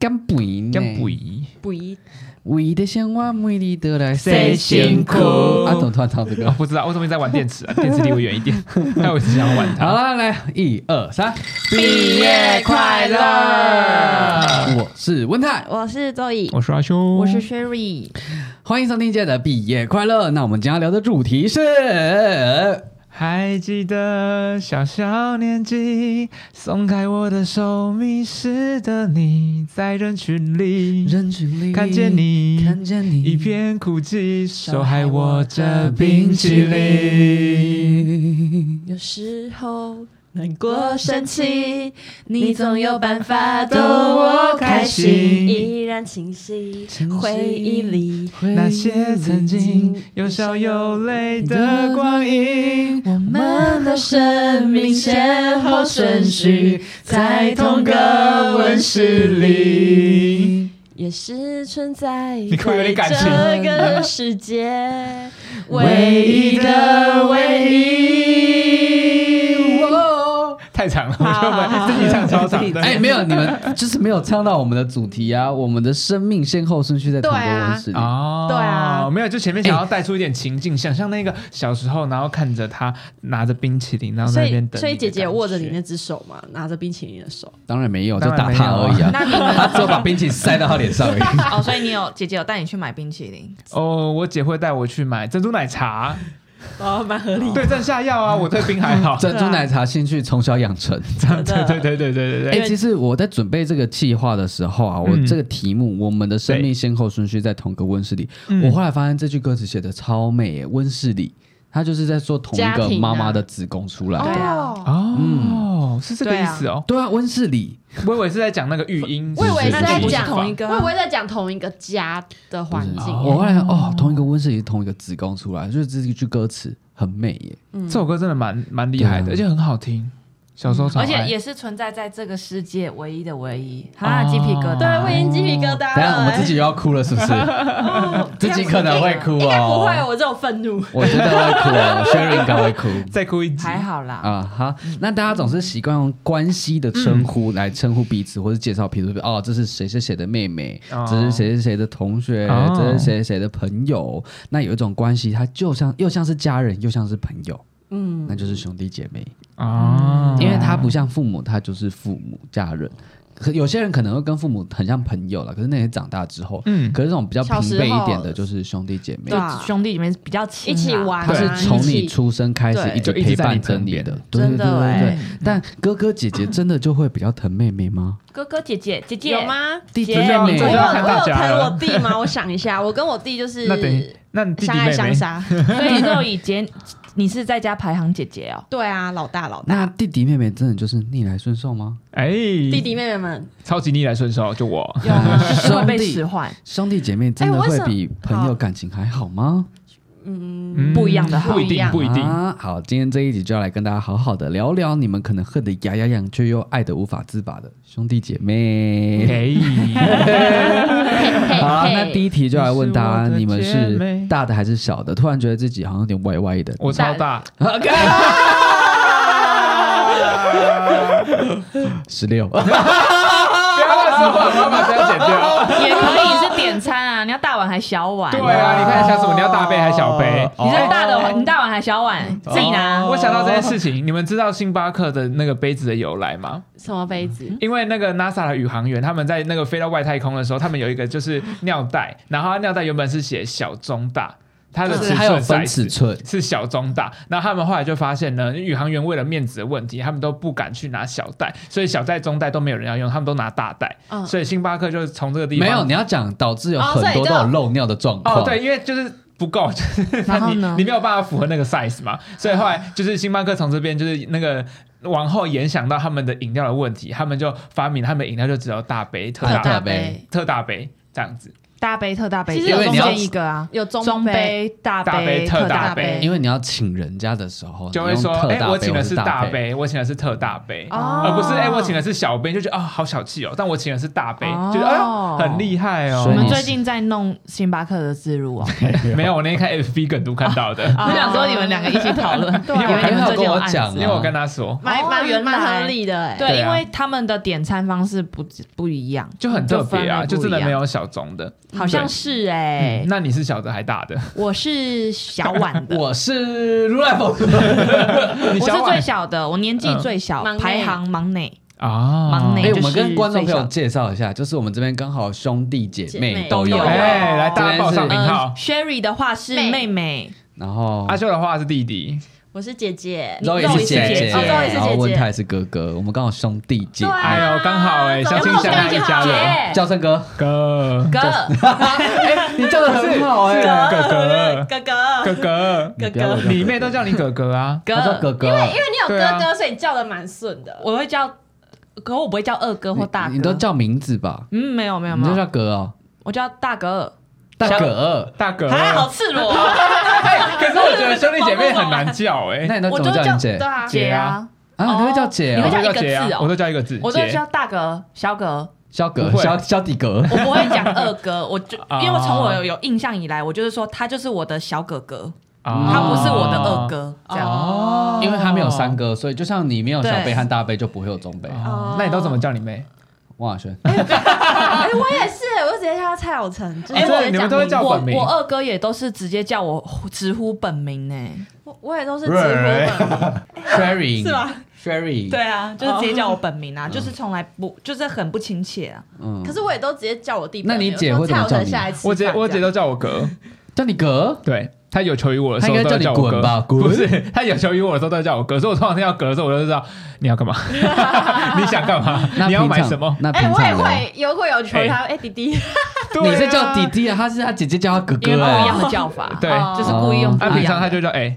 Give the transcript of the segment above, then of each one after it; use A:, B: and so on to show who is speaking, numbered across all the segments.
A: 减肥呢，
B: 减肥，
C: 肥
A: 为的生活每日都来
B: 洗辛苦
A: 啊，怎么突然唱这
B: 我
A: 个？
B: 不知道，我怎么一直在玩电池啊？电池离我远一点， 但我一直想玩它。
A: 好啦，来，一二三，
C: 毕业快乐！
A: 我是温泰，
C: 我是周乙，
B: 我是阿修，
C: 我是 Sherry，
A: 欢迎收听今天的毕业快乐。那我们今天要聊的主题是，
B: 还记得小小年纪，松开我的手，迷失的你，在人群里
A: 人群里
B: 看见，你，
A: 看见你
B: 一片哭泣，手还握着冰淇淋。
C: 有时候。难过、生气，你总有办法逗我开心，依然清晰
A: 清晰
C: 回忆里
B: 那些曾经有笑有泪的光阴，
C: 我们的生命先后顺序在同个温室里，。也是存在
B: 你哭有点感情
C: 在这个世界
B: 唯
C: 唯
B: 一
C: 一
B: 的
C: 的
B: 唯
C: 唯
B: 一
C: 一。
B: 太长了，我
C: 好
B: 觉得我
C: 好好
B: 们自己唱超长的。
A: 哎，没有，你们就是没有唱到我们的主题啊！我们的生命先后顺序在同
C: 对
A: 个
C: 啊
A: 温室里。
B: 哦，
C: 对啊
B: 没有，就前面想要带出一点情境，想象那个小时候，然后看着他拿着冰淇淋，然后
C: 所
B: 在那
C: 以
B: 边，等。
C: 所以姐姐握着你那，只手嘛，拿着冰淇淋的手。
A: 当然没有，就打
B: 当然没有啊
A: 他而已啊。
D: 那你 们
A: 他只有把冰淇淋塞到他脸 上而已。
D: 哦，所以你有姐姐有带你去买冰淇淋，
B: 哦，我姐会带我去买珍珠奶茶，
C: 哦，蛮合理
B: 对症下药啊，我对冰还 好。
A: 珍珠奶茶兴趣从小养成。
C: 的。
B: 对对对对对对
A: 哎、
B: 对，
A: 其实我在准备这个计划的时候啊，我
B: 嗯
A: 这个题目“我们的生命先后顺序在同个温室里”，
B: 嗯
A: 我后来发现这句歌词写的超美耶，温室里，它就是在说同一
C: 家
A: 个
C: 庭啊
A: 妈妈的子宫出来。
D: 对啊
C: 哦，
B: 哦，是这个意思哦。
A: 对啊，温室里，
B: 我以为是在讲那个育婴，
C: 我以为
D: 是
C: 是在
D: 不是
C: 讲
D: 同一个啊
C: 我以为在讲同一个家的环境
B: 哦
A: 我后来哦，同一个温室里是同一个子宫出来，就是这句歌词很美耶。
B: 这首歌真的蛮蛮厉害的，
A: 对啊
B: 而且很好听，小时候超
C: 嗯
D: 而且
B: 爱
D: 也是存在在这个世界唯一的唯一，
B: 哦
D: 哈，鸡皮疙
C: 对，
D: 瘩。
C: 我已经鸡皮疙瘩了。
A: 等一下我们自己又要哭了， 是不是？自己可能会哭
C: 应该不会，
A: 哦。
C: 我这种愤怒。
A: 我觉得会哭哦，Sherry 应该会哭。
B: 再哭一集。
D: 还好啦，
B: 哦
A: 啊，好，那大家总是习惯用关系的称呼来称呼彼此，或是介绍，比如说哦，这是谁谁谁的妹妹，
B: 哦
A: 这是谁谁谁的同学，
B: 哦
A: 这是谁谁谁的朋友。那有一种关系，它就像又像是家人，又像是朋友，
C: 嗯，
A: 那就是兄弟姐妹，
B: 啊，
A: 因为他
C: 哦
A: 不像父母，他就是父母家人。可有些人可能会跟父母很像朋友了，可是那些长大之后，
B: 嗯
A: 可是这种比较
C: 小
A: 平
C: 时
A: 辈一
C: 候
A: 点的，就是兄弟姐妹
C: 对，啊
D: 兄弟里面比较亲
C: 一
D: 啦
C: 起。玩
A: 他
C: 啊，
A: 是从你
C: 一起
A: 出生开始
C: 对
A: 一直
B: 就一直
A: 陪
B: 在你
A: 伴着
B: 旁
A: 你
B: 边
A: 的，对对
C: 真
A: 对
C: 的
A: 对对
C: 欸。
A: 但哥哥姐姐真的就会比较疼妹妹吗？
D: 哥哥姐姐姐姐
C: 有？吗？
A: 弟
D: 姐
A: 弟妹妹
C: 我
B: 这
C: 有
B: 就要看大
C: 我有
B: 家
C: 陪
B: 了
C: 我弟吗？我想一下，我跟我弟就是
B: 那等于那你弟弟
C: 相爱
B: 妹
C: 相
B: 妹
C: 杀。
D: 所以肉以姐，你是在家排行姐姐哦。
C: 对啊，老大老大，
A: 那弟弟妹妹真的就是逆来顺受吗？
B: 哎，
C: 弟
B: 弟
C: 弟妹妹们，
B: 超级逆来顺受，就我。
D: 有吗？就是会
A: 兄
D: 被
A: 弟
D: 使唤，
A: 兄弟姐妹真的
C: 哎为
A: 会
C: 什么
A: 比朋友感情还好吗？
B: 嗯
D: 不一样的好
B: 不一
C: 不一
B: 定，
C: 样
B: 不一定。
A: 啊。好，今天这一集就要来跟大家好好的聊聊你们可能恨得牙痒痒却又爱得无法自拔的兄弟姐 妹。
B: 哎，
A: 好，那第一题就来问大家，
B: 你是我的
A: 你们
B: 姐
A: 是
B: 妹
A: 大的还是小的？突然觉得自己好像有点歪歪的。
B: 我超大，
A: OK，十六。
B: 不要乱说话，我要把这样剪 掉。
D: 也可以是点餐啊。你要大碗还小碗？
B: 对啊，你看一下什么？你要大杯还是小杯？
D: 你是
A: 哦
D: 大的，你大碗还小碗？自己拿。
B: 哦我想到这件事情，你们知道星巴克的那个杯子的由来吗？
C: 什么杯子？
B: 因为那个 NASA 的宇航员，他们在那个飞到外太空的时候，他们有一个就是尿袋，然后他尿袋原本是写小中大，它的
A: 就
B: 尺
A: 是
B: 寸
A: 还有
B: size
A: 分尺寸，
B: 是小中大，然后他们后来就发现呢，宇航员为了面子的问题，他们都不敢去拿小袋，所以小袋、中袋都没有人要用，他们都拿大袋，
C: 嗯
B: 所以星巴克就是从这个地方
A: 没有，你要讲导致有
C: 哦
A: 很
C: 所以
A: 多
C: 就
A: 都有漏尿的状况。
B: 哦，对，因为就是。不够， 就是
D: 然后
B: 你
D: 呢啊
B: 你没有办法符合那个 size 嘛，所以后来就是星巴克从这边就是那个往后延想到他们的饮料
D: 啊
B: 的问题，他们就发明他们饮料就只有大杯、特
A: 大
B: 大杯、
A: 杯
B: 特大杯这样子，
D: 大杯特大杯，
C: 其
B: 实有
D: 中
B: 你要
D: 间一个啊，
C: 有中
D: 中
C: 杯
D: 杯、大
B: 大杯特
D: 特
B: 大
D: 大
B: 杯
A: 因为你要请人家的时候，
B: 就会说，
A: 哎、
B: 哎、我请的
A: 或
B: 是大，杯，我请的是特大杯，
D: 哦
B: 而不是哎、我请的是小杯，就觉得啊、好小气哦。但我请的是大杯，
D: 哦
B: 觉得哎呦很厉害哦。
A: 所
D: 我
A: 以
D: 们
A: 你
D: 最近在弄星巴克的自入哦，
B: 没有，我那天看 FB 梗图看 到的，
D: 我
C: 我想说你们两个一起
D: 讨论， 对
B: 因为
D: 啊，
B: 你
D: 你
B: 们
D: 们
A: 最近
D: 最近
A: 有
D: 有
A: 案子
B: 因为我跟他说
C: 蛮蛮
D: 原
C: 蛮合理的哎。
D: 对，
B: 对
D: 因
B: 啊
D: 为他们的点餐方式不不一样，
B: 就很特别啊，
D: 就
B: 就
D: 分
B: 真
D: 类不一样
B: 的没有小中的。
D: 好像是哎
B: 嗯，那你是小的还大的？
D: 我是小碗 的，
A: 我是 rap，
B: 你
D: 我
B: 小
D: 是
B: 碗
D: 最小的，我年纪
B: 嗯
D: 最小
C: 忙，内
D: 排行忙内。
B: 啊，
D: 忙内
A: 哎、
D: 就是
A: 我们跟观众朋友
D: 最小
A: 介绍一下，就是我们这边刚好兄弟姐妹都
C: 姐
A: 有，
C: 妹
B: 哎，来大家报上名
D: 呃
B: 号。
D: ，Sherry 的话是
C: 妹
D: 妹妹，
A: 然后
B: 阿修的话是弟弟，
C: 我是姐姐，
A: 肉也
D: 肉
A: 是
D: 也是
A: 姐
D: 姐
A: 姐，
D: 姐哦
C: 肉也是姐姐
A: 然后文泰是哥哥，我们刚好兄弟姐
C: 对
A: 妹，
C: 啊
B: 哎呦，刚好哎，
C: 怎
B: 相
C: 么
B: 亲
C: 那么
B: 相爱一家人，
C: 哎
A: 叫声哥，
B: 哥
D: 哥，
A: 你叫的很好哎、
B: 哥哥
C: 哥哥，
A: 你
B: 哥哥，
C: 哥
A: 不要
C: 哥
A: 问
B: 你妹都叫你哥哥啊，
A: 他叫哥哥，
D: 哥，
C: 因为你有
B: 对
C: 哥
B: 啊
C: 哥，所以叫的蛮顺的。
D: 我会叫，可我不会叫二哥或大哥，
A: 你你都，叫名字吧？
D: 嗯，没有没有
A: 你
D: 没
A: 就
D: 有，
A: 叫哥哦，
D: 我叫大哥，
A: 大哥，
B: 大 哥。哎
C: 啊，好赤裸哦，
B: 可是我觉得兄弟姐妹很难 叫哎，
A: 那你都
D: 我
A: 怎
D: 就
A: 么叫
D: 叫
A: 你姐
D: 对啊
B: 姐
D: 姐
B: 啊
D: 啊，
A: 啊？你会叫姐
D: 你
A: 哦
D: 会，叫
B: 我都
D: 一个
B: 姐啊
D: 字哦
B: 我都叫一个字，
D: 我都
B: 姐
D: 叫大哥、小 哥，
A: 小哥
B: 不，会
A: 小小底哥，
D: 我不会讲二哥，我 就
B: 啊
D: 因为从我有有印象以来，我就是说他就是我的小哥哥，
B: 哦
D: 他不是我的二哥，这样。
B: 哦
A: 因为他没有三哥，所以就像你没有小杯和大杯，就不会有中杯。
B: 哦那你都怎么叫你妹？
A: 汪亚轩，
C: 哎，我也是，我就直接叫他蔡小晨，就是
B: 哎
C: 直接
B: 对你们都会
C: 讲
B: 叫
C: 名
D: 我
B: 本名
D: 我二哥也都是直接叫我直呼本名呢，
C: 我我也都是直播的，
A: Sherry
C: 是吧
A: ？Sherry，
D: 对，啊，就是直接叫我本名啊，就是从来不就是很不亲切啊。
A: 嗯
C: 可，是我也都直接叫我弟本
A: 那
C: 名。
A: 你姐
C: 我
A: 会
C: 说
A: 怎么
C: 蔡小
A: 叫你
C: 晨下来吃饭
B: 我姐我
C: 这
B: 姐
C: 样
B: 都叫我哥，
A: 叫你哥，
B: 对她有求于我的时
A: 她
B: 候
A: 应该
B: 都会
A: 叫
B: 叫
A: 你
B: 我
A: 滚
B: 哥
A: 吧滚
B: 不是她有求于我的时候都会叫我哥，所以我通常听到哥的时候我就知道你要 干嘛，你想干嘛，
A: 那
B: 你要
A: 平
B: 买
A: 常
B: 什么，
A: 那
C: 哎，
A: 平
C: 我也
A: 常呢？
C: 会有会有求他，哎，弟弟，
B: 对啊
A: 你是叫弟弟啊？他是他姐姐叫他哥
D: 因
A: 哥
D: 为不一
A: 哎
D: 样，的叫法，哦
B: 对
D: 就是故意用不
B: 啊，
D: 一
B: 平
D: 样
B: 常她
D: 的。
B: 就叫哎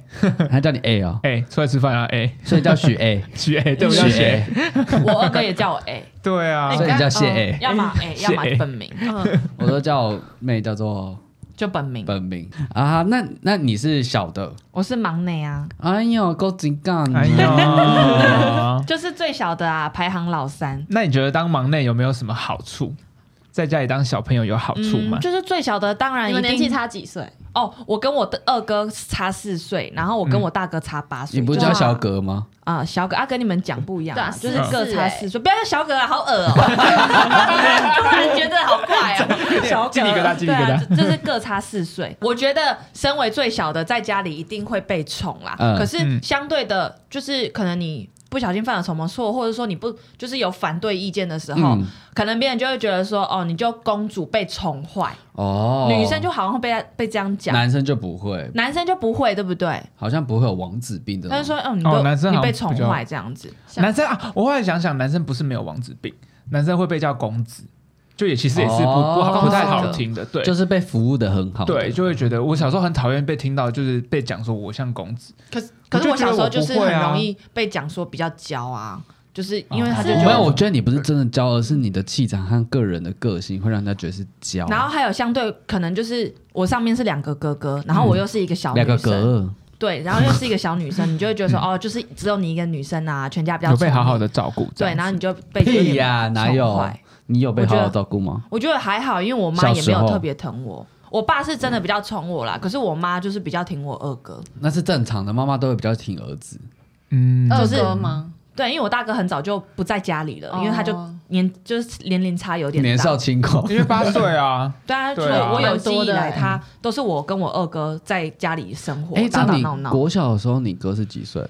A: 他叫你 A 哦，
B: 哎出来吃饭啊哎
A: 所以叫许 A，
B: 许哎对我叫
A: 许
B: 许 A，
A: A，
D: 我二哥也叫我 A，
B: 对啊
A: 所以你叫谢
D: 嗯
A: A，
D: 要么 A，要么
B: 谢 A
D: 本名，
A: 我都叫我妹叫做
D: 就本名。
A: 本名啊。那那你是小的，
D: 我是忙内啊，
A: 哎呦，够紧啊杠，
B: 哎呀，
D: 就是最小的啊，排行老三。
B: 那你觉得当忙内有没有什么好处？在家里当小朋友有好处
A: 嗯
B: 吗？
D: 嗯就是最小的，当然
C: 你
D: 一
C: 们年纪
D: 定
C: 差几 岁？
D: 哦。我跟我的二哥差四岁，然后我跟我大哥差八岁。
A: 你不是
D: 就
A: 叫
D: 是
A: 小格吗？
D: 啊、小哥啊，跟你们讲不一样啊、
C: 对
D: 就
C: 啊
D: 是
C: 四
D: 各
C: 四
D: 差
C: 欸
D: 四岁。不要叫小哥啊，好恶哦、 突然觉得好怪啊、小
B: 鸡皮疙瘩鸡皮疙瘩
D: 对啊，就就是各差四岁。我觉得身为最小的，在家里一定会被宠啦。
A: 嗯
D: 可是相对的，就是可能你。不小心犯了什么错，或者说你不就是有反对啊意见的时候，
A: 嗯
D: 可能别人就会觉得说，哦，你就公主被宠坏，
A: 哦，
D: 女生就好像会被被这样讲，
A: 男生就不会，
D: 男生就不会，对不对？
A: 好像不会有王子病的。
D: 他就说，哦，你
B: 哦
D: 都、
B: 男生好
D: 你
B: 像
D: 被
B: 比
D: 宠
B: 较
D: 坏这样子，
B: 男生啊，我后来想想，男生不是没有王子病，男生会被叫公子，就也其实也是不、
A: 哦
B: 不好不太
D: 公
B: 好
D: 子
B: 听的，对。
A: 就是被服务的很好的。
B: 对，就会觉得我小时候很讨厌被听到，就是被讲说我像公子，
D: 可是可是
B: 我就
D: 我小时候就
B: 觉
D: 是
B: 得我不会
D: 很
B: 啊
D: 容易被讲说比较娇啊，就是因为他就
C: 哦
D: 觉
A: 没有，
D: 得。
A: 我觉得你不是真的骄傲，而是你的气场和个人的个性会让人家觉得是骄傲。
D: 然后还有相对可能就是我上面是两个哥哥，然
B: 嗯
D: 后我又是一个小女
A: 两
D: 生，
A: 个格，
D: 对，然后又是一个小女生，你就会觉得说哦，就是只有你一个女生啊，全家比较
B: 嗯有被好好
D: 的
B: 的照顾这
D: 对，
B: 样子。
D: 然后你就被有
A: 屁
D: 点
A: 呀，哪
D: 宠
A: 有
D: 坏？
A: 你有被
D: 我觉
A: 好
D: 得
A: 好照顾吗？
D: 我觉得还好，因为我妈
A: 小
D: 也没
A: 时
D: 有
A: 候
D: 特别疼我，我爸是真的比较宠我啦，可是我妈就是比较挺我二哥，
A: 那是正常的，妈妈都会比较挺儿子。
B: 嗯，
C: 二
D: 就是
C: 哥吗？
D: 对，因为我大哥很早就不在家里了，因为他就
C: 哦
D: 年就是年龄差有点大，
A: 年少轻狂，
B: 因为八岁啊，
D: 对啊，就
B: 对
D: 是
B: 啊
D: 我有
C: 蛮
D: 记
C: 多
D: 忆以
C: 的
D: 来，
C: 欸
D: 他都是我跟我二哥在家里生活，
A: 哎，
D: 打
A: 这
D: 打
A: 样你
D: 闹闹。
A: 国小的时候，你哥是几岁？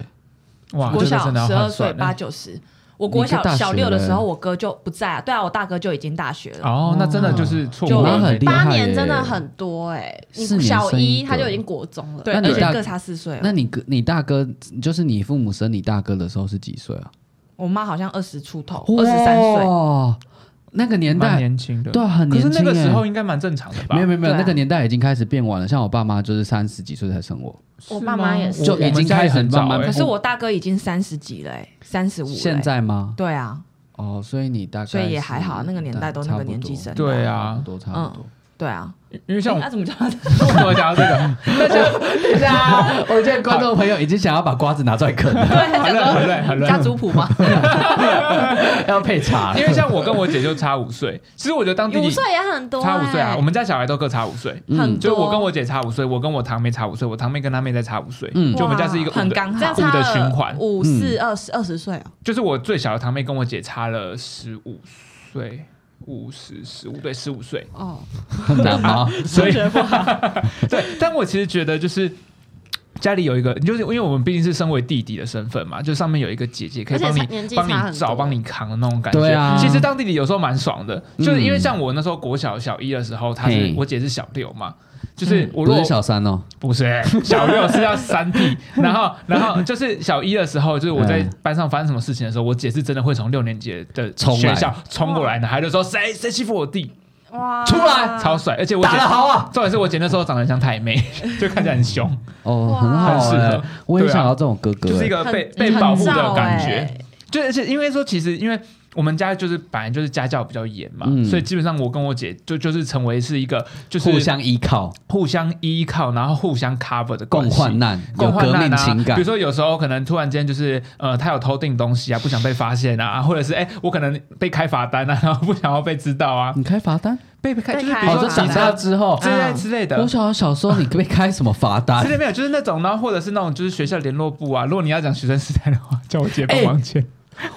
B: 哇，
D: 国
B: 这个
D: 小
B: 真的要
D: 十二
B: 换
D: 岁，
B: 算了
D: 八九十。我国
A: 哎你
D: 小
A: 哥大学
D: 小六的时
A: 了
D: 候，我哥就不在啊。对啊，我大哥就已经大学了。
B: 哦，那真的就是错嗯
D: 就
B: 过
A: 我
B: 了
A: 很
B: 那
A: 厉害
C: 八
A: 耶
C: 年真的很多哎，你
A: 四年
C: 小
A: 生一
C: 一
A: 个
C: 他就已经国中了，
D: 对，
A: 那
D: 而
A: 你
D: 且
A: 大
D: 各差四岁哦。
A: 那你哥，你大哥就是你父母生你大哥的时候是几岁啊？
D: 我妈好像二十出头，二十三岁。
A: 哇，那个年
B: 蛮
A: 代，
B: 年轻的，
A: 对啊，很
B: 可
A: 年
B: 是
A: 轻耶。
B: 那个时候应该蛮正常的吧？
A: 没有没有没有，
D: 对啊
A: 那个年代已经开始变晚了。像我爸妈就是三十几岁才生我，
C: 我爸妈也是
A: 就已经开始慢慢
B: 我们家也很早欸
D: 可是我大哥已经三十几了欸，三十五。
A: 哎现在吗？
D: 对啊，
A: 哦，所以你大概
D: 所以也还好
A: 是
D: 那个年代都那个年纪
A: 差
D: 生
A: 不多
B: 对
A: 差
B: 啊
A: 不，多差不多。
D: 对啊，
B: 因为像我
D: 那、怎么讲？
B: 为什么讲到这个？
A: 对啊，
D: 嗯
A: 我觉得观众朋友已经想要把瓜子拿出来啃了，
D: 对，他
B: 很
D: 讲
B: 累很
D: 说
B: 累很累
D: 家。族谱嘛，
A: 要配茶了
B: 因。为像我跟我姐就差五岁，其实我觉得当弟
C: 五
B: 弟
C: 岁也很多、欸，
B: 差五岁啊，我们家小孩都各差五岁。
A: 嗯
C: 很
B: 就是我跟
C: 多
B: 我姐差五岁，我跟我堂妹差五岁，我堂妹跟她妹再差五岁，
A: 嗯
B: 就我们家是一个五
D: 很
B: 的
D: 刚
C: 这样
D: 好
B: 五。
C: 差
B: 的
C: 了
B: 循环
C: 五
A: 嗯
C: 四二十二十岁哦，
B: 就是我最小的堂妹跟我姐差了十五岁，五十十五对十五 岁，
C: 哦，
A: 很 难 吗？
B: 所以对，但我其实觉得就是。家里有一个，就是因为我们毕竟是身为弟弟的身份嘛，就上面有一个姐姐可以
C: 而且
B: 帮
C: 差年
B: 你
C: 纪
B: 帮
C: 差很
B: 你找、
C: 多
B: 帮你扛的那种感觉。
A: 对啊
B: 其实当弟弟有时候蛮爽的，就是因为
A: 嗯
B: 像我那时候国小小一的时候，她是
A: 嘿
B: 我姐是小六嘛，就是
D: 嗯
B: 我
A: 嗯不
B: 如果
A: 是小三哦，
B: 不是哎小六是要三 P，然后然后就是小一的时候，就是我在
A: 嗯
B: 班上发生什么事情的时候，我姐是真的会从六年级的
A: 冲来啊
B: 学校冲过来，然后她就说谁谁欺负我弟，
D: 哇
B: 出来超帅，而且我姐
A: 打得好啊！
B: 重点是我姐那时候长得很像太妹， 就看起来很凶，
A: 哦，
D: 哇
A: 很
B: 很
A: 好
B: 适
A: 哎
B: 合，
A: 我也
B: 对啊
A: 想要这种哥哥
B: 就是一
A: 哎。
B: 个
D: 很
B: 被被保护的感
D: 很
B: 觉
D: 燥。欸
B: 就而且因为说，其实因为我们家就是本来就是家教比较严嘛，
A: 嗯
B: 所以基本上我跟我姐就就是成为是一个就是
A: 互相依靠、
B: 互相依靠，然后互相 cover 的关
A: 共
B: 系
A: 患难、有
B: 共患
A: 革
B: 难
A: 命
B: 啊
A: 情
B: 比
A: 感
B: 如，说有时候可能突然间就是呃，他有偷订东西啊，不想被发现啊， 或者是哎、我可能被开罚单啊，然 后不想要被知道啊，
A: 你开罚单？
B: 被被开
D: 被
B: 就是
D: 开
B: 比如
A: 哦，
B: 说
A: 这
D: 罚单
A: 长
B: 警
A: 大
B: 察
A: 之后，
B: 之类之类的
A: 我。小小时候你被开什么罚
B: 啊之
A: 单？
B: 类没有，就是那种，然后或者是那种，就是学校联络部啊。如果你要讲学生时代的话，叫我姐帮忙 签。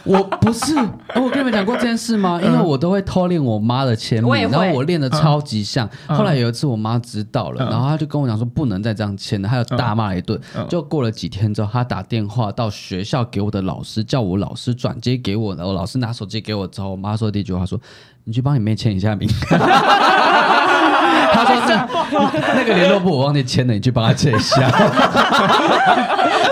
A: 我不是，哦我跟你们讲过这件事吗？因为我都会偷练我妈的签
D: 我也
A: 名，
D: 会
A: 然后我练的超级像。
B: 嗯
A: 后来有一次我妈知道了，
B: 嗯
A: 然后她就跟我讲说不能再这样签了，她就大骂了一顿
B: 嗯。
A: 就过了几天之后，她打电话到学校给我的老师，叫我老师转接给我，然后老师拿手机给我之后，我妈说第一句话说：“你去帮你妹签一下名。”她说这：“那个联络部我忘记签了，你去帮她签一下。”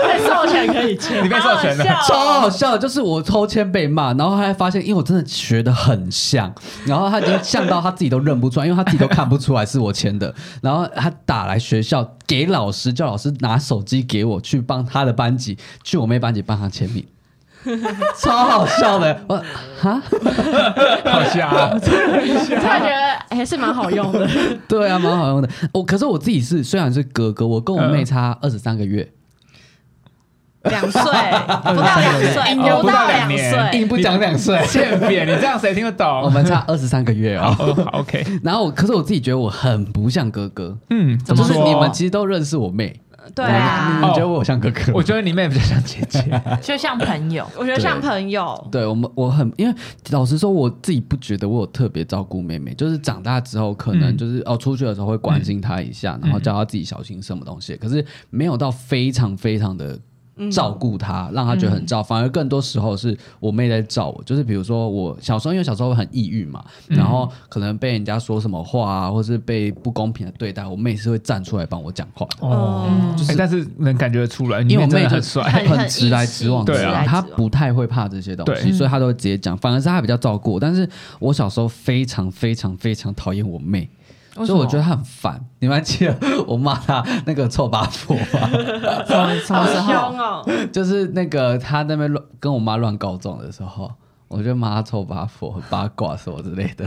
C: 被授权可以签，
B: 你被授权了
D: 哎好好笑
A: 超
D: 哦
A: 好笑的，就是我抽签被骂，然后他还发现，因为我真的学的很像，然后他已经像到他自己都认不出来，因为他自己都看不出来是我签的，然后他打来学校给老师，叫老师拿手机给我去帮他的班级，去我妹班级帮他签名。超好笑的，我哈，
B: 好笑啊！
C: 突然觉得还是蛮好用的，
A: 对啊，蛮好用的。我、可是我自己是虽然是哥哥，我跟我妹差二十三个月，
D: 两 岁，不到两
B: 硬
D: 岁，
B: 要
D: 不
B: 哦不
D: 到
B: 到
D: 两
B: 两年
D: 岁，
A: 硬不讲两岁
B: 欠扁，你这样谁听得
A: 我
B: 懂？
A: 们差二十三个月哦。
B: 哦好，OK，
A: 然后我，可是我自己觉得我很不像哥哥，
B: 嗯，
D: 怎么
A: 就是
D: 说
A: 你 们其实都认识我妹，
D: 对
A: 你
D: 啊
A: 们，觉得哦我像哥哥？
B: 我觉得你妹比较像姐姐，
D: 就像朋友，
C: 我觉得像朋友，
A: 对我们我很，因为老实说，我自己不觉得我有特别照顾妹妹，就是长大之后可能
B: 嗯
A: 就是、哦出去的时候会关心她一下，然后叫她自己小心什么东西，可是没有到非常非常的。照顾她，让她觉得很照，反而更多时候是我妹在照我。就是比如说我小时候，因为小时候很抑郁嘛，然后可能被人家说什么话啊，或是被不公平的对待，我妹是会站出来帮我讲话的。
B: 哦，
A: 就是
B: 哎但是能感觉得出来，
A: 嗯
B: 你
A: 因为我
B: 真
A: 妹
B: 的很
A: 就
B: 帅，
D: 很
A: 很直来直往的
B: 对啊
A: 人，她不太会怕这些东西，
B: 对
A: 所以她都会直接讲。反而是她比较照顾我，但是我小时候非常非常非常讨厌我妹。所以我觉得她很烦，你们还记得我骂她那个臭八婆 吗？
C: 好凶哦，
A: 就是那个她那边乱跟我妈乱告状的时候，我就骂她臭八婆、很八卦什么之类的。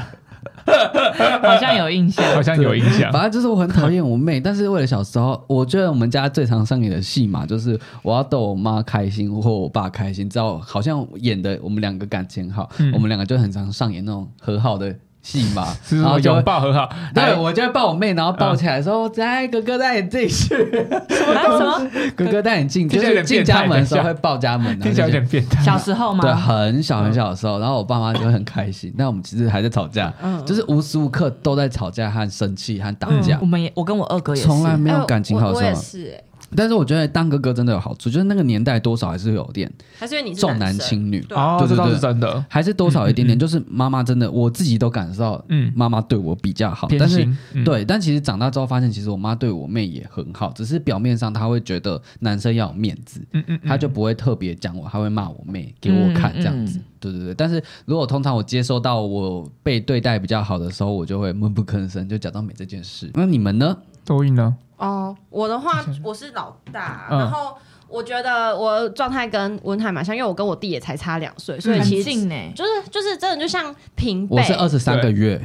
D: 好像有 印象，
B: 好像有影响。
A: 反正就是我很讨厌我妹，但是为了小时候，我觉得我们家最常上演的戏嘛，就是我要逗我妈开心或我爸开心，知道好像演的我们两个感情好，
B: 嗯
A: 我们两个就很常上演那种和好的戏嘛，
B: 是
A: 然后
B: 说
A: 就
B: 拥
A: 会。
B: 抱很好，
A: 对，
B: 来
A: 我就会抱我妹，然后抱起来说：“来，哎哥哥带你进去，
C: 啊
D: 还啊有什么？
A: 哥哥带你进，
B: 听
A: 就
B: 起来有
A: 是进
B: 点变态
A: 家门的时候
B: 等
A: 会
B: 一
A: 抱家门，啊
B: 听起来有点变态。
D: 小时候
A: 对，
D: 吗？
A: 很小很小的时候，然后我爸妈就会很开心，但我们其实还在吵架，
C: 嗯
A: 就是无时无刻都在吵架和生气和打架
C: 嗯
B: 嗯
D: 我，们也，我跟我二哥也是，
A: 从来没有感情好
C: 哎
A: 的时
C: 我我也
A: 候。
C: 是、哎
A: 但是我觉得当哥哥真的有好处，就是那个年代多少还是有点
C: 还是因为你是
A: 重男
C: 男生，
A: 轻女，
C: 对
B: 哦，
A: 对
B: 这
A: 对
B: 倒
A: 对
B: 是真的。
A: 还是多少有一点点。就是妈妈真的，我自己都感受到，
B: 嗯
A: 妈妈对我比较好，
B: 偏
A: 但是
B: 心。嗯，
A: 对，但其实长大之后发现，其实我妈对我妹也很好，只是表面上她会觉得男生要有面子，
B: 嗯嗯嗯
A: 她就不会特别讲我，她会骂我妹给我看
D: 嗯
A: 这样子。对对对，但是如果通常我接收到我被对待比较好的时候，我就会闷不吭声，就假装没这件事。那你们呢？
B: 多云呢？
C: 哦，我的话我是老大，
B: 嗯
C: 然后我觉得我状态跟温太蛮像，因为我跟我弟也才差两岁，所以
D: 很
C: 其实
D: 近呢。
C: 就是就是真的就像平辈。
A: 我是二十三个月，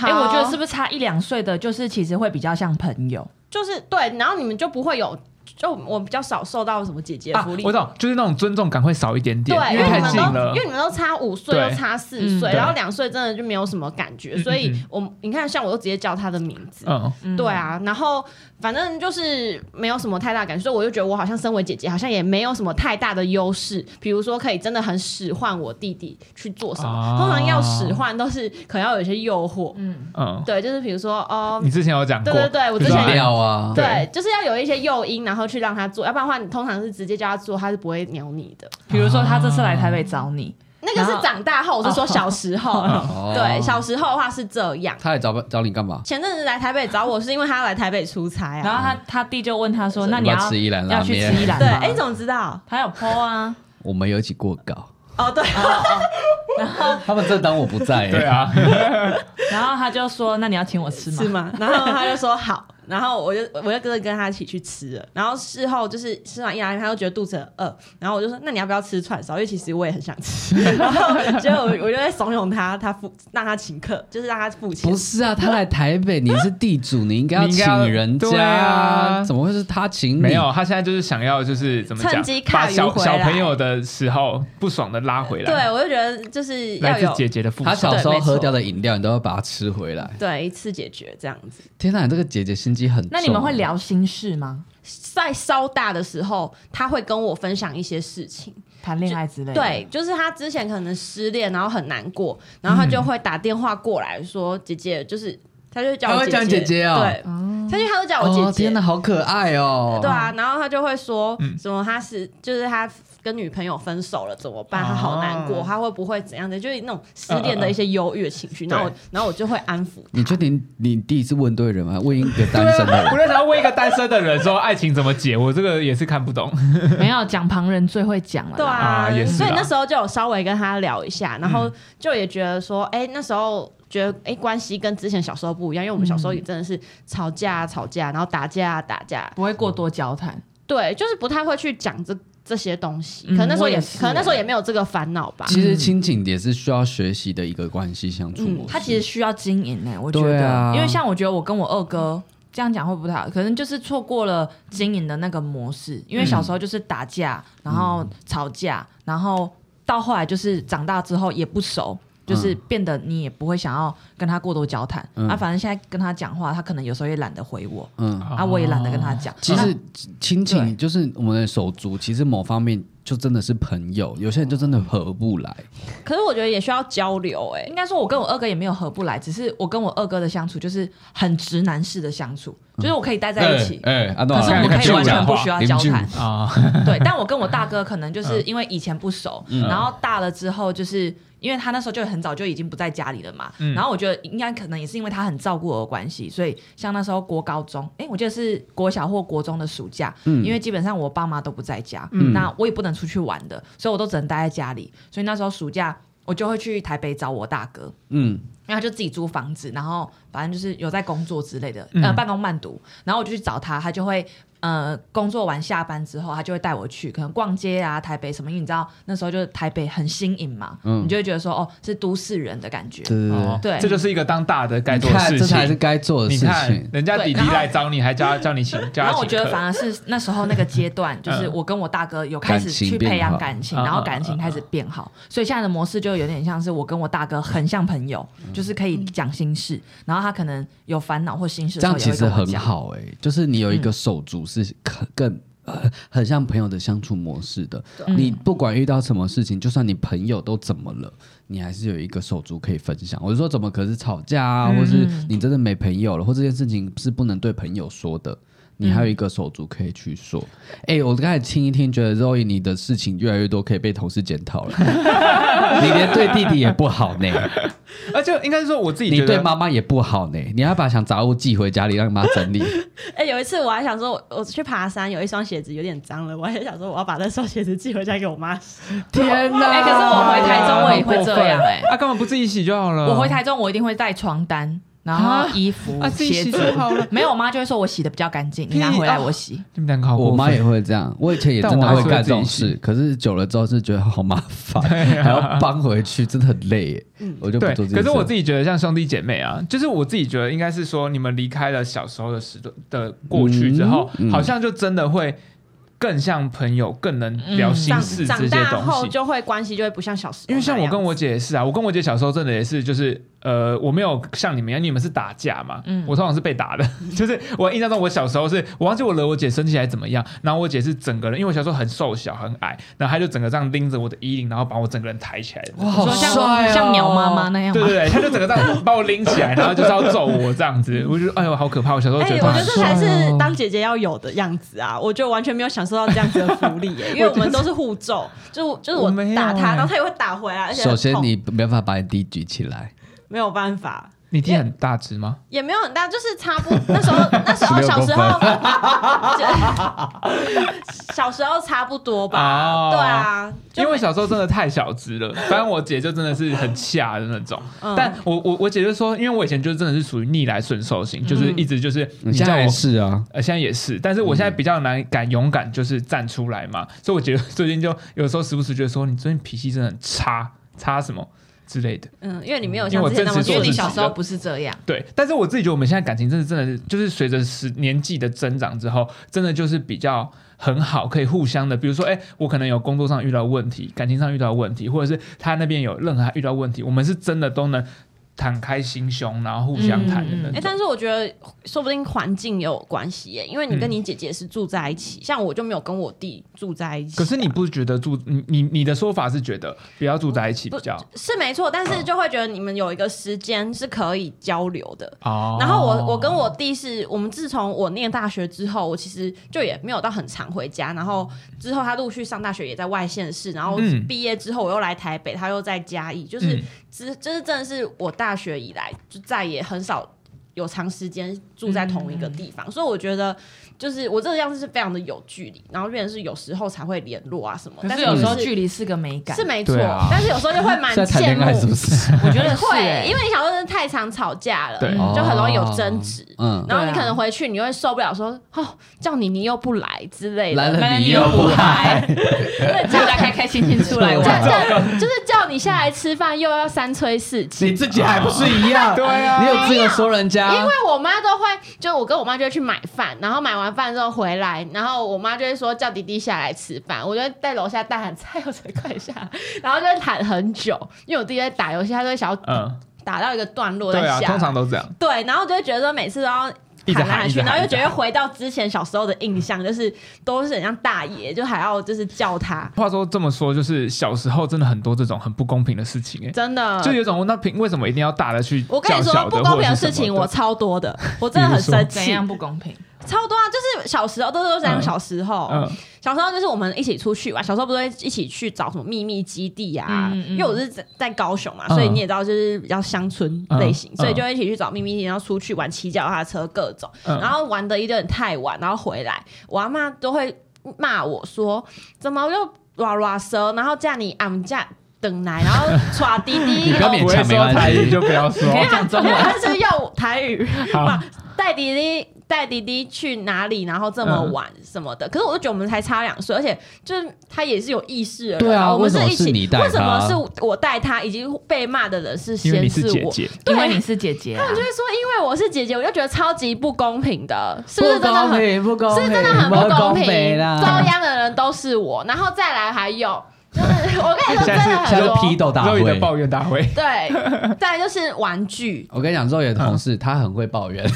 D: 哎、我觉得
C: 不
D: 是不是差一两岁的，就是其实会比较像朋友。
C: 就是对，然后你们就不会有，就我比较少受到什么姐姐
B: 啊
C: 福利。，
B: 我懂，就是那种尊重感会少一点点，
C: 对，
B: 因
C: 因为
B: 太
C: 你们
B: 近
C: 都
B: 了
C: 因为。你们都差五岁，
B: 对
C: 又差四岁，
D: 嗯
C: 然后两岁真的就没有什么感觉，所以我你看，像我都直接叫他的名字，
B: 嗯，
C: 对啊，然后反正就是没有什么太大感觉，所以我就觉得我好像身为姐姐，好像也没有什么太大的优势，比如说可以真的很使唤我弟弟去做什么，
B: 啊
C: 通常要使唤都是可能要有一些诱惑，
D: 嗯，
B: 嗯，
C: 对，就是比如说哦
B: 你。之前有讲过，
C: 对对对我之
B: 就是
C: 前
B: 按
A: 料啊，
C: 对，就是要有一些诱因，然后去让他做，要不然的话，你通常是直接叫他做，他是不会鸟你的。
D: 比如说他这次来台北找你，
C: 那个
D: 然
C: 是
D: 后
C: 长大后，我是说小时候。
A: 哦
C: 对，小时候的话是这样。
A: 他来找找你干嘛？
C: 前阵子来台北找我是因为他来台北出差
D: 然
C: 啊。
D: 后他他弟就问他说：“那你
A: 要
D: 要
A: 不要吃一兰拉
D: 要去
A: 面
D: 吃一兰
C: 对，
D: 吗？”
C: 哎、你怎么知道？
D: 他有 PO 啊，
A: 我们有一起过稿，
C: 哦，对，
A: 他们正当我不在、欸，
B: 对，啊，
D: 然后他就说：“那你要请我吃吗？”
C: 是吗？然后他就说好，然后我就我就跟着跟他一起去吃了。然后事后就是吃完一来，他就觉得肚子很饿，然后我就说那你要不要吃串烧？因为其实我也很想吃。然后结果我我就在怂恿他，他付让他请客，就是让他付钱
A: 不。是啊，他来台北，你是地主，你应该要
B: 你应该要
A: 请人
B: 对
A: 家
B: 啊
A: 怎么会是他请你？
B: 没有，啊他现在就是想要就是怎么
C: 趁
B: 讲
C: 机，
B: 把
C: 揩油
B: 小
C: 回
B: 小
C: 来
B: 朋友的时候不爽的拉回
C: 对
B: 来，，
C: 我就觉得就是要
B: 啊来自
C: 有
B: 姐姐的父
A: 他小
B: 手。
A: 时候
C: 对没错
A: 喝掉的饮料，你都要把它吃回来。
C: 对一次解决这样子。
A: 天哪，你这个姐姐心机很重。啊
D: 那你们会？聊心事吗？
C: 在稍大的时候，他会跟我分享一些事情。
D: 谈恋爱之类的？
C: 对，就是他之前可能失恋，然后很难过，然后他就会打电话过来说：“姐姐，就是。”他就叫
A: 他
C: 我
A: 会
C: 姐
A: 叫
C: 姐，
A: 你姐姐哦
C: 对，他就他都叫我姐姐。
A: 哦，天哪，嗯好可爱哦。
C: 对啊，然后他就会说什么他是就是他跟女朋友分手了怎么办？他好难过，
B: 哦
C: 他会不会怎样的？就是那种失恋的一些忧郁的情
B: 嗯
C: 绪。
B: 嗯
C: 然后我然后我就会安抚
A: 你确定你第一次问对人吗？问一个单身的人
B: 我。在想要问一个单身的人说爱情怎么解，我这个也是看不懂。
D: 没有讲旁人最会讲了。
C: 对啊，
B: 啊也是啦
C: 所以那时候就有稍微跟他聊一下，然后就也觉得说，哎、那时候觉得哎、关系跟之前小时候不一样，因为我们小时候也真的是吵架啊吵架，然后打架啊打架，
D: 不会过多交谈。
C: 对，就是不太会去讲这这些东西，
D: 嗯
C: 可能那时候也啊
D: 我也是
C: 可能那时候也没有这个烦恼吧。
A: 其实亲情也是需要学习的一个关系相处模
C: 嗯
A: 式。
D: 他其实需要经营呢、欸我觉
A: 对
D: 得，
A: 啊
D: 因为像我觉得我跟我二哥这样讲会不太好，可能就是错过了经营的那个模式，因为小时候就是打架，然
A: 嗯
D: 后吵架，然后到后来就是长大之后也不熟。
A: 嗯
D: 就是变得你也不会想要跟他过多交谈、
A: 嗯
D: 啊，反正现在跟他讲话，他可能有时候也懒得回我、
A: 嗯，
D: 啊，我也懒得跟他讲。
A: 其
B: 嗯
A: 实亲
D: 对
A: 情就是我们的手足，其实某方面就真的是朋友，有些人就真的合不来。
C: 可是我觉得也需要交流、哎
D: 应。该说，我跟我二哥也没有合不来，只是我跟我二哥的相处就是很直男式的相处，就是我可以待在一起，
A: 哎，安
D: 可是我们可以完全不需要交
A: 邻
D: 谈
A: 居。
B: 啊，
D: 对，但我跟我大哥可能就是因为以前不熟，然后大了之后，就是因为他那时候就很早就已经不在家里了嘛，
B: 嗯
D: 然后我觉得应该可能也是因为他很照顾我的关系，所以像那时候国高中，哎、我记得是国小或国中的暑假，因为基本上我爸妈都不在家，那我也不能出去玩的，所以我都只能待在家里，所以那时候暑假我就会去台北找我大哥，
A: 嗯，
D: 然后就自己租房子，然后反正就是有在工作之类的，
B: 嗯
D: 呃，半工半读。然后我就去找他，他就会呃，工作完下班之后，他就会带我去，可能逛街啊，台北什么，因为你知道那时候就是台北很新颖嘛，
A: 嗯
D: 你就会觉得说哦，是都市人的感觉。
A: 对对对
B: 哦
D: 对
B: 这就是一个当大的该
A: 你
B: 做的
A: 看，
B: 事
A: 这才是
B: 情。
A: 该做的
B: 你
A: 事
B: 看
A: 情，。
B: 人家弟弟
D: 对然后
B: 来找你，还叫叫你请，叫
D: 然
B: 他
D: 后我
B: 请
D: 觉得
B: 客
D: 反。而是那时候那个阶段，就是我跟我大哥有开始去培养感
B: 感情
D: 情，
B: 变好
D: 然后感情开始变好，所以现在的模式就有点像是我跟我大哥很像朋友，就是可以讲心事，然后他可能有烦恼或心事的
A: 这样
D: 时候也
A: 其
D: 会
A: 实
D: 跟我
A: 很
D: 讲，
A: 好哎、就是你有一个手足是可更。呃很像朋友的相处模式的，你不管遇到什么事情，就算你朋友都怎么了，你还是有一个手足可以分享。我是说，怎么可是吵架啊，或是你真的没朋友了，或这件事情是不能对朋友说的，你还有一个手足可以去说。哎、我刚才听一听，觉得 Zoe 你的事情越来越多，可以被同事检讨了。 你连对弟弟也不好 呢，
B: 而且应该是说我自己
A: 你
B: 觉
A: 对
B: 得，
A: 妈妈也不好呢，你还把想杂物寄回家里让妈整理。
C: 哎、有一次我还想说我，我去爬山，有一双鞋子有点脏了，我还想说我要把那双鞋子寄回家给我妈洗。
A: 天哪！
D: 哎可是我回台中我也会这样哎
B: 啊，干嘛不自己洗就好了？
D: 我回台中，我一定会带床单，然后
B: 啊
D: 衣服、
B: 啊自己
D: 鞋
B: 洗就
D: 子
B: 好 了
D: 没有，我妈就会说我洗的比较干净，你
B: 屁
D: 拿回来
B: 啊
D: 我洗。
B: 你们两个好过
A: 我
B: 分
A: 妈也会这样，我以前也真
B: 但我
A: 的
B: 还
A: 会
B: 是会
A: 干这种
B: 自己
A: 事，可是久了之后是觉得好麻烦，还要搬回去，真的很累耶。
C: 嗯
A: 我就不
B: 对
A: 做这件，事。
B: 可是我自己觉得像兄弟姐妹啊，就是我自己觉得应该是说，你们离开了小时候的时段的过去之后，
A: 嗯嗯
B: 好像就真的会更像朋友，更
D: 嗯
B: 能聊心
C: 长
B: 事这
C: 长
B: 些
C: 大
B: 东
C: 后
B: 西。
C: 就会关系就会不像小时候哦那
B: 因
C: 样，
B: 为像我跟我姐也是啊，我跟我姐小时候真的也是，就是呃，我没有像你们一样，你们是打架嘛，
D: 嗯
B: 我通常是被打的， 就是我印象中我小时候是，我忘记我惹我姐生气还是怎么样，然后我姐是整个人，因为我小时候很瘦小很矮，然后她就整个这样拎着我的衣领，然后把我整个人抬起来的那种，
A: 哇，好
D: 说像
A: 帅哦，
D: 像鸟妈妈那样
B: 对
D: 吗
B: 对？对，他就整个这样把我拎起来，然后就是要揍我这样子，我就觉得哎呦好可怕，我小时候
C: 哎、
B: 觉得
C: 我
B: 他
C: 觉得
B: 很
C: 这
B: 帅。
C: 才是当姐姐要有的样子啊！我觉得完全没有享受到这样子的福利耶、 因为我们都是互揍，就就是我
B: 我没有
C: 打他，
B: 哎
C: 然后他也会打回来，而且很
A: 首先
C: 痛
A: 你没办法把你弟举起来，
C: 没有办法，
B: 你弟很大只吗？
C: 也没有很大，就是差不那时候那时候
A: 16
C: 小时
A: 公
C: 候，就小时候差不多吧，
B: 哦
C: 对啊，就
B: 因为小时候真的太小只了，反正我姐就真的是很恰的那种。
C: 嗯
B: 但我我我姐就说，因为我以前就真的是属于逆来顺受型，就是一直就是
A: 你
B: 你叫
A: 现在也
B: 我。
A: 是嗯啊，
B: 呃，现在也是，但是我现在比较难敢勇敢，就是站出来嘛，所以我觉得最近就 有时候时不时觉得说，你最近脾气真的很差，差什么之类的。
C: 嗯，因为你没有
B: 因
C: 像
B: 为我
C: 之前那么
B: 正式
D: 因为
B: 做
D: 你
B: 自己
D: 小时候不是这样，
B: 对，但是我自己觉得我们现在感情真的真的就是随着时年纪的增长之后，真的就是比较很好，可以互相的，比如说，哎、我可能有工作上遇到问题，感情上遇到问题，或者是他那边有任何遇到问题，我们是真的都能敞开心胸，然后互相谈的那
C: 哎、
B: 种。
C: 但是我觉得说不定环境也有关系耶，
B: 嗯
C: 因为你跟你姐姐是住在一起，像我就没有跟我弟住在一起啊、
B: 可是你不觉得住你你你的说法是觉得不要住在一起比较
C: 是没错，但是就会觉得你们有一个时间是可以交流的。
B: 哦
C: 然后我我跟我弟是我们自从我念大学之后，我其实就也没有到很常回家。然后之后他陆续上大学也在外县市，然后
B: 嗯
C: 毕业之后我又来台北，他又在嘉义，就是
B: 嗯
C: 之这是真的是我大学以来就再也很少有长时间住在同一个地
A: 嗯
C: 方，所以我觉得就是我这个样子是非常的有距离，然后变成是有时候才会联络啊什么，
D: 可
C: 但
D: 是有时候
C: 就是
D: 距离是个美感
C: 是。没错，
B: 对啊
C: 但是有时候就会蛮
A: 是在谈
C: 羡
A: 恋爱是不
C: 慕，
A: 是？
D: 我觉得是
C: 会，
D: 欸
C: 因为你想说真的太常吵架了，
B: 对
C: 就很容易有
A: 哦
C: 争执。
A: 嗯，
C: 然后你
D: 对啊
C: 可能回去你会受不了说，哦，叫你你又不来之类
A: 来
C: 的，
A: 了
D: 来
A: 你
D: 你
A: 又
D: 又
A: 不
D: 不
A: 来
D: 来，
C: 对，
D: 大
C: 叫
D: 家开开心心出来
A: 对
C: 叫
D: 玩。
C: 叫就是叫你下来吃饭又要三催四 请。
A: 你自己还不是一样？
B: 对
A: 哦
B: 啊
A: 你有资格说人家？
C: 因为我妈都会，就我跟我妈就会去买饭，然后买完饭之后回来，然后我妈就会说叫弟弟下来吃饭，我就会在楼下大喊蔡有才快下来，然后就会喊很久，因为我弟在打游戏，他就会想要
B: 嗯
C: 打到一个段落再
B: 对
C: 下
B: 啊，
C: 来。
B: 通常都这样。
C: 对，然后就会觉得说每次都要
B: 一直
C: 喊来
B: 喊
C: 啊喊去，
B: 一直喊
C: 然后又
B: 一直
C: 觉得
B: 喊
C: 回到之前小时候的印象，就是都是很像大爷，就还要就是叫他，
B: 话说这么说，就是小时候真的很多这种很不公平的事情、哎。
C: 真的。
B: 就有种那凭为什么一定要大的去
C: 嗯我跟你
B: 叫
C: 说
B: 小的
C: 不公
B: 或
C: 平
B: 者
C: 的
B: 是
C: 事
B: 什么
C: 情
B: 的
C: 我超多的，我真的很生
D: 怎
C: 气
D: 样，不公平？
C: 超多啊！就是小时候都是讲小时候，
B: 嗯
C: 小时候就是我们一起出去玩，小时候不是会一起去找什么秘密基地啊？
D: 嗯嗯
C: 因为我是在在高雄嘛，
B: 嗯
C: 所以你也知道，就是比较乡村类型，
B: 嗯
C: 所以就会一起去找秘密基地，然后出去玩骑脚踏车各种，
B: 嗯
C: 然后玩的有点太晚，然后回来，我阿妈都会骂我说：“怎么又拉拉舌？然后叫你俺家等来，然后耍滴
A: 你
C: 滴，
A: 不要
B: 不
A: 勉
B: 会
A: 强没
B: 说
A: 关
B: 台
A: 系
B: 语就不要说。
D: 可以讲中
C: 因为
D: 文。
C: 他是用台语
B: 好
C: 哇，带弟弟带弟弟去哪里，然后这么晚什么
A: 嗯
C: 的。可是我就觉得我们才差两岁，而且就是他也是有意识的人，
A: 对啊
C: 我们
A: 为什么
C: 一起，
A: 是你带他
C: 为什么是我带他？已经被骂的人是
B: 因为
C: 先
B: 你是姐
C: 我。
B: 姐，
C: 对
D: 因为你是姐姐啊
C: 他们就会说，因为我是姐姐，我就觉得超级不公平的，是
A: 不
C: 不是真的
A: 公
C: 很？
A: 平，不公
C: 是
A: 平，
C: 真的很不公平，遭
A: 啦！
C: 殃的人都是我，然后再来还有，就是我跟你说，真的
A: 现
C: 很
A: 在是批
C: 多，
A: 斗大
B: Zoe 的
A: 会。
B: 抱怨大会。
C: 对， 再来就是玩具，
A: 我跟你讲，肉眼同
B: 嗯
A: 事他很会抱怨，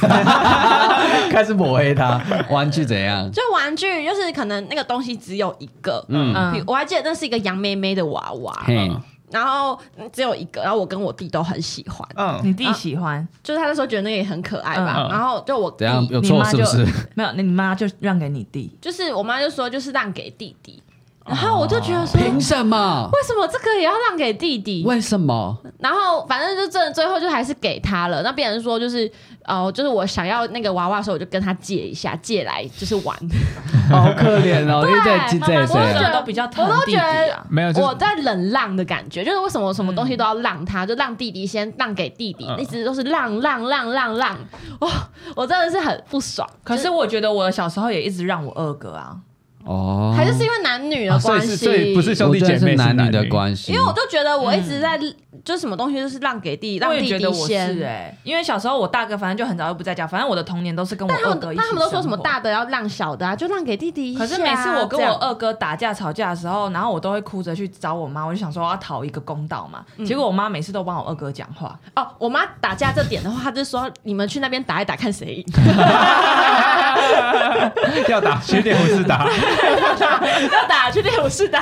A: 开始抹黑他玩具怎样？
C: 就玩具，就是可能那个东西只有一个，
A: 嗯，
C: 比
D: 嗯，
C: 我还记得那是一个杨妹妹的娃娃，
A: 嘿，
C: 然后嗯只有一个，然后我跟我弟都很喜欢，
B: 嗯，
D: 你弟喜欢
C: 就是他那时候觉得那个也很可爱吧
B: 嗯，嗯
C: 然后就我弟
A: 怎样有
D: 你
A: 错
D: 妈
A: 是
D: 就
A: 不是？
D: 没有，那你妈就让给你弟。
C: 就是我妈就说就是让给弟弟。
A: 哦
E: 然后我就觉得说，
A: 凭什么？
C: 为什么这个也要让给弟弟？
A: 为什么？
C: 然后反正就真的最后就还是给他了。那别人说就是哦、呃就是我想要那个娃娃的时候，我就跟他借一下，借来就是玩。
A: 好可怜哦，因为在在
C: 对妈妈我
A: 谁
C: 觉
A: 啊？
C: 得
D: 都比较疼
C: 我都
D: 弟弟
C: 觉得
D: 啊。
B: 没有，就是
C: 我在忍让的感觉，就是为什么什么东西都要让他，就让弟弟先让给弟弟，
B: 嗯
C: 一直都是让让让让让，哇、我真的是很不爽。
D: 可是我觉得我小时候也一直让我二哥啊，
A: 哦，
C: 还是是因为男女
B: 啊
C: 的
B: 所以
C: 关
B: 是
C: 系，
B: 所以不是兄弟
A: 我觉得
B: 姐妹
A: 是
B: 是
A: 男
B: 男
A: 女的
B: 女
A: 关系，
E: 因为我就觉得我一直在，就什么东西就是让给弟，
D: 我
E: 让
D: 也
E: 弟
D: 觉得
E: 弟
D: 我是
E: 先。
D: 哎、因为小时候我大哥反正就很早就不在家，反正我的童年都是跟我
C: 但他
D: 二
C: 们
D: 哥一起
C: 但他们都说什么
D: 生活
C: 大的要让小的啊，就让给弟弟一下
D: 可
C: 啊。
D: 是每次我跟我
C: 这样
D: 二哥打架吵架的时候，然后我都会哭着去找我妈，我就想说我要讨一个公道嘛。
C: 嗯
D: 结果我妈每次都帮我二哥讲话，
E: 哦，
C: 我妈打架这点的话，她就说你们去那边打一打，看谁 赢。
B: 要打学点不是 打，
C: 嗯
E: 要打去练武室打，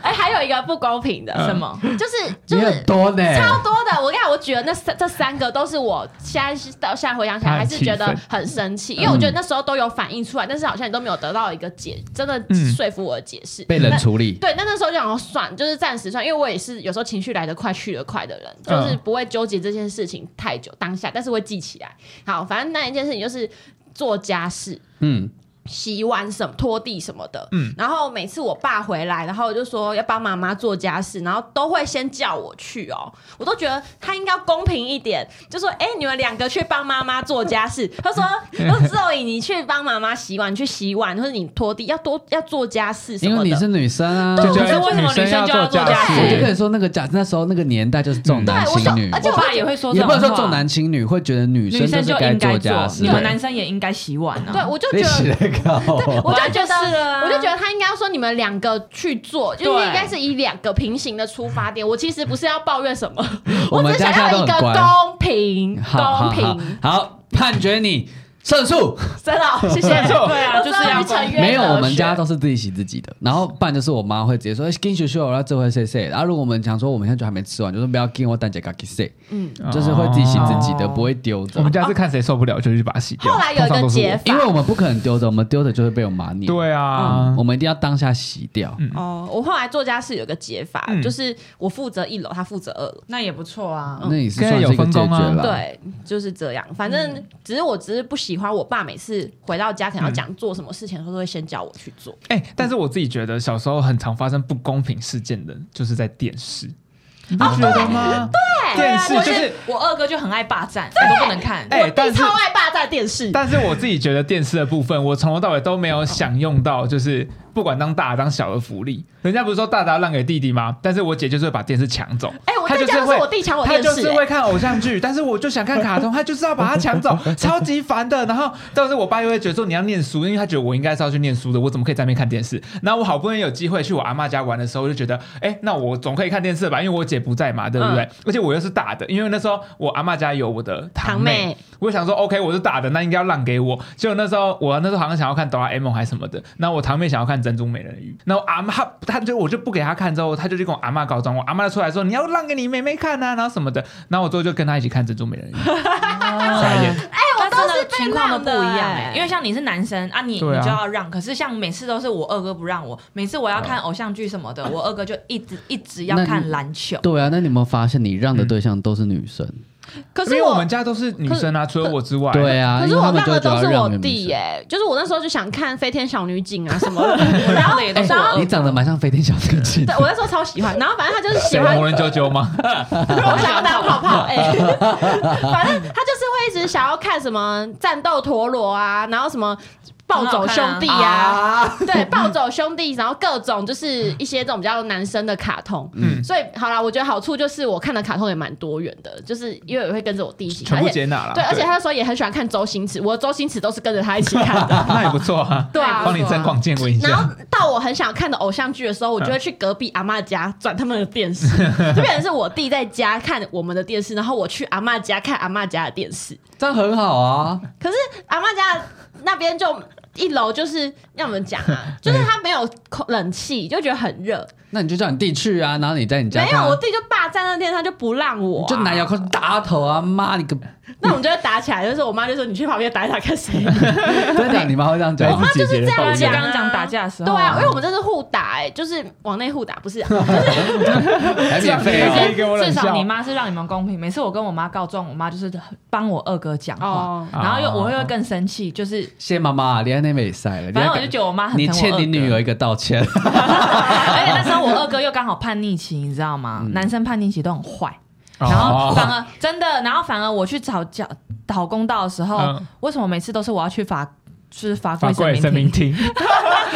C: 哎、还有一个不公平的，
A: 嗯
B: 嗯
D: 什么？
C: 就是就
A: 你
C: 是
A: 很多呢，
C: 超多的。我跟你讲，我举的那三这三个都是我现在是到现在回想起来
B: 他
C: 还
B: 很
C: 是觉得
B: 气愤嗯
C: 很生气，因为我觉得那时候都有反映出来，但是好像你都没有得到一个解，真的
B: 嗯
C: 说服我的解释。
A: 被冷处 理。
C: 对，那那时候就想说算，就是暂时算，因为我也是有时候情绪来得快去得快的人，
B: 嗯
C: 就是不会纠结这件事情太久，当下，但是会记起来。好，反正那一件事情就是做家事，
A: 嗯，
C: 洗碗什么、拖地什么的。
B: 嗯
C: 然后每次我爸回来，然后我就说要帮妈妈做家事，然后都会先叫我去哦。我都觉得他应该要公平一点，就说：“哎、你们两个去帮妈妈做家事。” 他说：“我说以你去帮妈妈洗碗，你去洗碗，或者你拖地，要多要做家事什
A: 因
C: 么
A: 为
C: 的。”
A: 你是女生啊，
B: 就
A: 我
B: 觉
D: 可是
B: 得
D: 为什么
B: 生
D: 女生就
B: 做
D: 要做
B: 家
C: 家事
A: 就跟你说，那个假那时候那个年代就是重男
C: 对我
A: 轻
C: 懂
A: 女，
C: 而且
D: 我爸也会说这
A: 也不
D: 种话，
A: 能说重男轻女，会觉得女
D: 女
A: 就
D: 生
A: 是
D: 就
A: 该
D: 应该
A: 家
D: 做，
A: 事
D: 你
A: 的，
D: 们男生也应该洗碗啊。
C: 对，我就
A: 你
C: 觉
A: 洗
C: 得。
A: 了个
C: 我
A: 哦，
C: 就觉
D: 本来就是
C: 得
D: 啊，
C: 我就觉得他应该要说你们两个去做，就是
D: 对
C: 应该是以两个平行的出发点。我其实不是要抱怨什么，
A: 我
C: 我
A: 们
C: 只
A: 家
C: 想
A: 现在都
C: 要一
A: 很
C: 个
A: 乖
C: 公平，
A: 好
C: 公
A: 好好
C: 平，，
A: 好判决你胜诉。
C: 真的哦，谢谢。
D: 对啊，就是要
C: 我终于承认
A: 没有，我们家
C: 学
A: 都是自己洗自己的，然后不然就是我妈会直接说哎跟叔叔，然后这回谁谁，然后如果我们想说我们现在就还没吃完，就说不要跟我蛋姐嘎给谁，就是会自己洗自己的，
B: 哦
A: 不会丢
B: 我
A: 着
B: 们。家是看谁受不了就去把它洗掉。
C: 后来有
B: 通
C: 一
B: 常
C: 个
B: 都是我
C: 解
A: 因为
C: 法，
A: 我们不可能丢着，我们丢着就会被我妈念。嗯
B: 对啊
A: 我，
C: 嗯
A: 们一定要当下洗掉。
E: 哦，我后来做家事有个解法，
B: 嗯
E: 就是我负责一楼，他负责二楼。
D: 那也不错啊。
C: 嗯
A: 那也是算是一个解决
B: 现在有分工
A: 了。
B: 啊，
E: 对，
C: 就是这样。反正只是我只是不喜欢我爸每次回到家可
A: 嗯
C: 能要讲做什么事情，他都会先叫我去做。
B: 哎、但是我自己觉得小时候很常发生不公平事件的，就是在电视，你
C: 哦
B: 不觉得吗？
C: 啊
B: 对电视
D: 我
A: 嗯
B: 就是。
D: 我二哥就很爱霸占，我都不能看。
B: 哎、
C: 你
B: 但是
C: 超爱霸占电视，
B: 但是我自己觉得电视的部分，我从头到尾都没有享用到，就是不管当大的当小的福利。人家不是说大的要让给弟弟吗？但是我姐就是会把电视抢走。
C: 哎、我
B: 她
C: 在
B: 就
C: 家
B: 是
C: 都是
B: 会
C: 我弟抢我
B: 他
C: 电视、
B: 就是
C: 哎
B: 会看偶像剧，但是我就想看卡通，他就是要把它抢走，超级烦的。然后，但是我爸又会觉得说你要念书，因为他觉得我应该是要去念书的，我怎么可以在那边看电视？然后我好不容易有机会去我阿嬷家玩的时候，我就觉得，哎、那我总可以看电视吧，因为我姐不在嘛，对不对？
C: 嗯
B: 而且我又是大的，因为那时候我阿嬷家有我的堂
C: 堂妹
B: 我想说 OK，我是大的，那应该要让给我。结果那时候我那时候好像想要看哆啦 A 梦还是什么的，那我堂妹想要看珍珠美人鱼，那我阿妈她就我就不给她看，之后她就去跟我阿妈告状，我阿妈就出来说你要让给你妹妹看啊，然后什么的，然后我最后就跟她一起看珍珠美人鱼，傻眼。
D: 哎，我
C: 哦都是被
D: 情况都
C: 让
D: 不
C: 的
D: 一样
C: 哎
D: 哎，因为像你是男生啊，你你就
B: 对啊
D: 要让，可是像每次都是我二哥不让我，每次我要
B: 啊
D: 看偶像剧什么的，我二哥就 一直一直要
A: 那你
D: 看篮球。
A: 对啊，那你有没有发现你让
B: 嗯
A: 的对象都是女生？
C: 可
B: 因为
C: 是
B: 我们家都是女生啊，除了我之外，
A: 对啊，
C: 可
A: 因
C: 是
A: 为他
C: 我
A: 们
C: 让
A: 就会
C: 的
A: 觉得要
C: 都是我
A: 让给
C: 弟
A: 女生
C: 耶、。就是我那时候就想看《飞天小女警》啊什么的，
D: 我让的也都是我
C: 然后
D: 二
C: 哎
D: 哥
A: 哎你长得蛮像飞天小女警
C: 对，我那时候超喜欢。然后反正他就是喜
B: 谁
C: 欢
B: 红人啾啾吗？
C: 我想要当泡泡，哎、反正他就是会一直想要看什么战斗陀螺啊，然后什么。暴走兄弟啊，
A: 啊！
C: 对，暴走兄弟，然后各种就是一些这种比较男生的卡通，
B: 嗯
C: 所以好啦，我觉得好处就是我看的卡通也蛮多元的，就是因为我会跟着我弟一起看，
B: 全部
C: 而且
B: 接纳了，
C: 对，而且他那时候也很喜欢看周星驰，我的周星驰都是跟着他一起看 的，
B: 那也不错 啊，
C: 对啊，
B: 帮你增广见闻一
C: 然
B: 下嗯
C: 后。到我很想看的偶像剧的时候，我就会去隔壁阿嬷家转他们的 电视，就变成是我弟在家看我们的电视，然后我去阿嬷家看阿嬷家的电视。
A: 这样很好啊，
C: 可是阿嬷家那 边就一楼就是要我们讲啊，就是它没有空冷气，就觉得很热。
A: 那你就叫你弟去啊，然后你在你家
C: 没有，
A: 看
C: 我弟就霸占那店，他就不让我、啊，
A: 就拿遥控器打他头啊，妈 你个！
C: 那我们就会打起来，就是我妈就说你去旁边打一打看 谁赢。
A: 真的，你妈会这样讲？
B: 我妈就是这
D: 对啊，
B: 样
D: 就刚刚讲打架的时候，
C: 对啊，因为我们
F: 这
C: 真
F: 是
C: 是
F: 互
C: 互
F: 打
C: 打
F: 哎、
C: 哎、
F: 就
C: 就是是
F: 往
C: 往
F: 内
C: 内
F: 互
C: 互
F: 打
C: 打，
F: 不
C: 不
F: 是
C: 是、
F: 啊
C: 啊？
A: 还免费哦
B: 这样也啊可以跟我
D: 至
B: 冷
D: 少
B: 笑
D: 你妈是让你们公平。每次我跟我妈告状，我妈就是帮我二哥讲话，
C: 哦，
D: 然后又
B: 哦
D: 我又会更生气，就是
A: 谢谢妈妈，连那美赛了。
D: 反正我就觉得我妈很
A: 你
D: 疼我
A: 欠
D: 二
A: 你女
D: 哥，
A: 儿一个道歉。
D: 而且那时候我二哥又刚好叛逆期，你知道吗？
B: 嗯
D: 男生叛逆期都很坏。
B: 哦
D: 然后反而真的，然后反而我去找教讨公道的时候，
B: 嗯
D: 为什么每次都是我要去罚，就是罚
B: 法
D: 跪
B: 贵神明
D: 明厅？
B: 厅，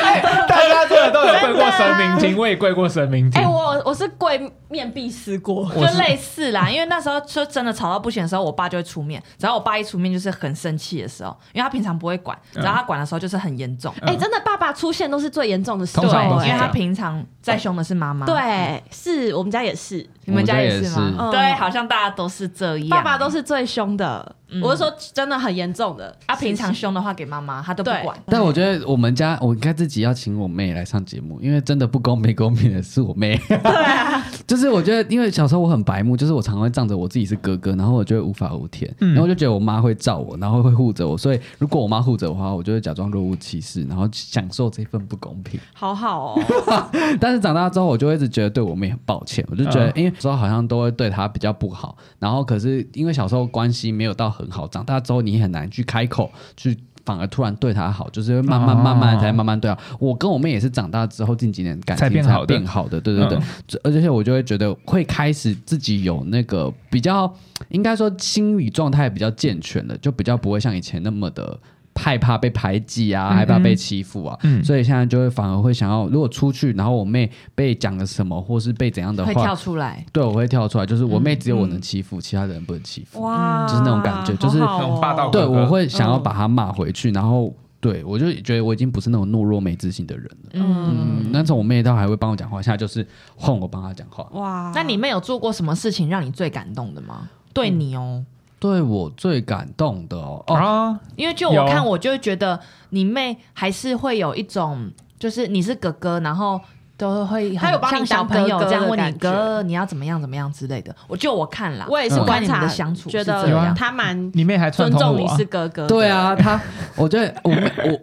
B: 哎 大家真的都有跪过神明厅，我也跪过神明厅
C: 哎、。我我是跪面壁思过，
D: 就
B: 我是
D: 类似啦，因为那时候就真的吵到不行的时候，我爸就会出面。只要我爸一出面，就是很生气的时候，因为他平常不会管，只要他管的时候就是很严重。
A: 嗯
C: 哎、真的爸爸出现都是最严重的事，
B: 通
D: 对，
B: 常都是
D: 因为
B: 这
D: 他
B: 样
D: 平常在凶的是妈妈。，
C: 对，是我们家也是，
D: 你们家
A: 我们
D: 是
A: 家也是
D: 吗？哦
C: 嗯
D: 对，好像大家都是这样。啊
C: 爸爸都是最凶的。我是说真的很严重的
D: 他啊平常
C: 事情
D: 凶的话给妈妈，他都不
C: 对
D: 管。
A: 但我觉得我们家，我应该自己要请我妹来上节目，因为真的不公平公平的是我妹。
D: 啊
A: 就是我觉得，因为小时候我很白目，就是我常常会仗着我自己是哥哥，然后我就会无法无天，
B: 嗯
A: 然后我就觉得我妈会罩我，然后会护着我，所以如果我妈护着我的话，我就会假装若无其事，然后享受这份不公平。
C: 好好哦，
A: 但是长大之后，我就会一直觉得对我妹很抱歉，我就觉得，因为小时候好像都会对她比较不好，然后可是因为小时候关系没有到很好，长大之后你也很难去开口去。反而突然对她好，就是会慢慢
B: 哦
A: 慢慢才慢慢对啊。我跟我妹也是长大之后近几年感情
B: 才变好的
A: 变好的，对对对
B: 嗯。
A: 这而且我就会觉得会开始自己有那个比较，应该说心理状态比较健全了，就比较不会像以前那么的害怕被排挤啊，害怕被欺负啊。
B: 嗯
A: 所以现在就会反而会想要，如果出去，然后我妹被讲了什么，或是被怎样的
D: 会跳
A: 话，
D: 出来，
A: 对我会跳出来，就是我妹只有我能欺负，其他人不能欺负。
C: 哇，
A: 嗯就是那种感觉就是
C: 好好哦
B: 那种霸道
A: 对，
B: 哥哥
A: 我会想要把她骂回去，然后对我就觉得我已经不是那种懦弱没自信的人了。
D: 嗯。
A: 嗯，那时候我妹倒还会帮我讲话，现在就是换我帮她讲话。
C: 哇。
D: 那你妹有做过什么事情让你最感动的吗？对你哦，
A: 对我最感动的哦，哦
B: 啊，
D: 因为就
B: 有
D: 我看，我就会觉得你妹还是会有一种，就是你是哥哥，然后都会
C: 她
D: 很
C: 有帮你
D: 像小
C: 当
D: 朋友
C: 哥哥
D: 这样
C: 的
D: 问你
C: 感觉
D: 哥你要怎么样怎么样之类的。我就我看啦，
C: 我也是
A: 嗯
C: 观
D: 你们
C: 察
D: 的相处
C: 觉
D: 是这
B: 样
A: 啊
C: 得他蛮
B: 你妹还串
C: 尊
B: 通
C: 重
B: 我
C: 你
B: 啊，
C: 是哥 哥，
A: 对，啊，他，我觉得我们我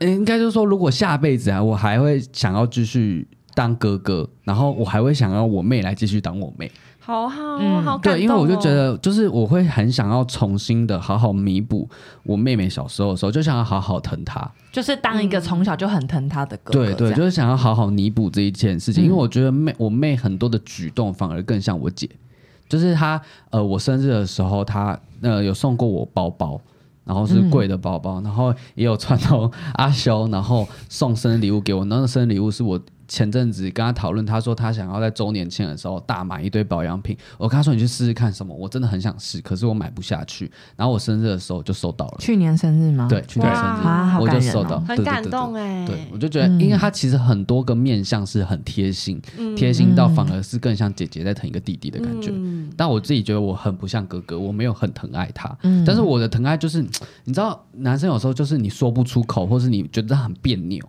A: 呃应该就是说，如果下辈子啊，我还会想要继续当哥哥，然后我还会想要我妹来继续当我妹。
C: 好好哦
D: 嗯
C: 好感动哦
A: 对，因为我就觉得，就是我会很想要重新的好好弥补我妹妹小时候的时候，就想要好好疼她。
D: 就是当一个从小就很疼她的哥哥这
A: 对
D: 样，
A: 对，就是想要好好弥补这一件事情，
D: 嗯
A: 因为我觉得妹我妹很多的举动反而更像我姐，就是她呃我生日的时候，她呃有送过我包包。然后是贵的包包，然后也有串通阿修，然后送生日礼物给我。那个生日礼物是我前阵子跟她讨论，她说她想要在周年庆的时候大买一堆保养品。我跟她说你去试试看什么，我真的很想试，可是我买不下去。然后我生日的时候就收到了，
D: 去年生日吗？
A: 对，，去年生日
D: 哇好
A: 我就
D: 感人
A: 收
D: 哦
A: 到，对
C: 很
A: 对
C: 感
A: 对对
C: 动哎，
A: 对，我就觉得，因为他其实很多个面相是很贴心，
C: 嗯
A: 贴、心到反而是更像姐姐在疼一个弟弟的感觉。
C: 嗯
A: 但我自己觉得我很不像哥哥，我没有很疼爱他，
D: 嗯
A: 但是我的疼爱就是，你知道，男生有时候就是你说不出口，或是你觉得很别扭，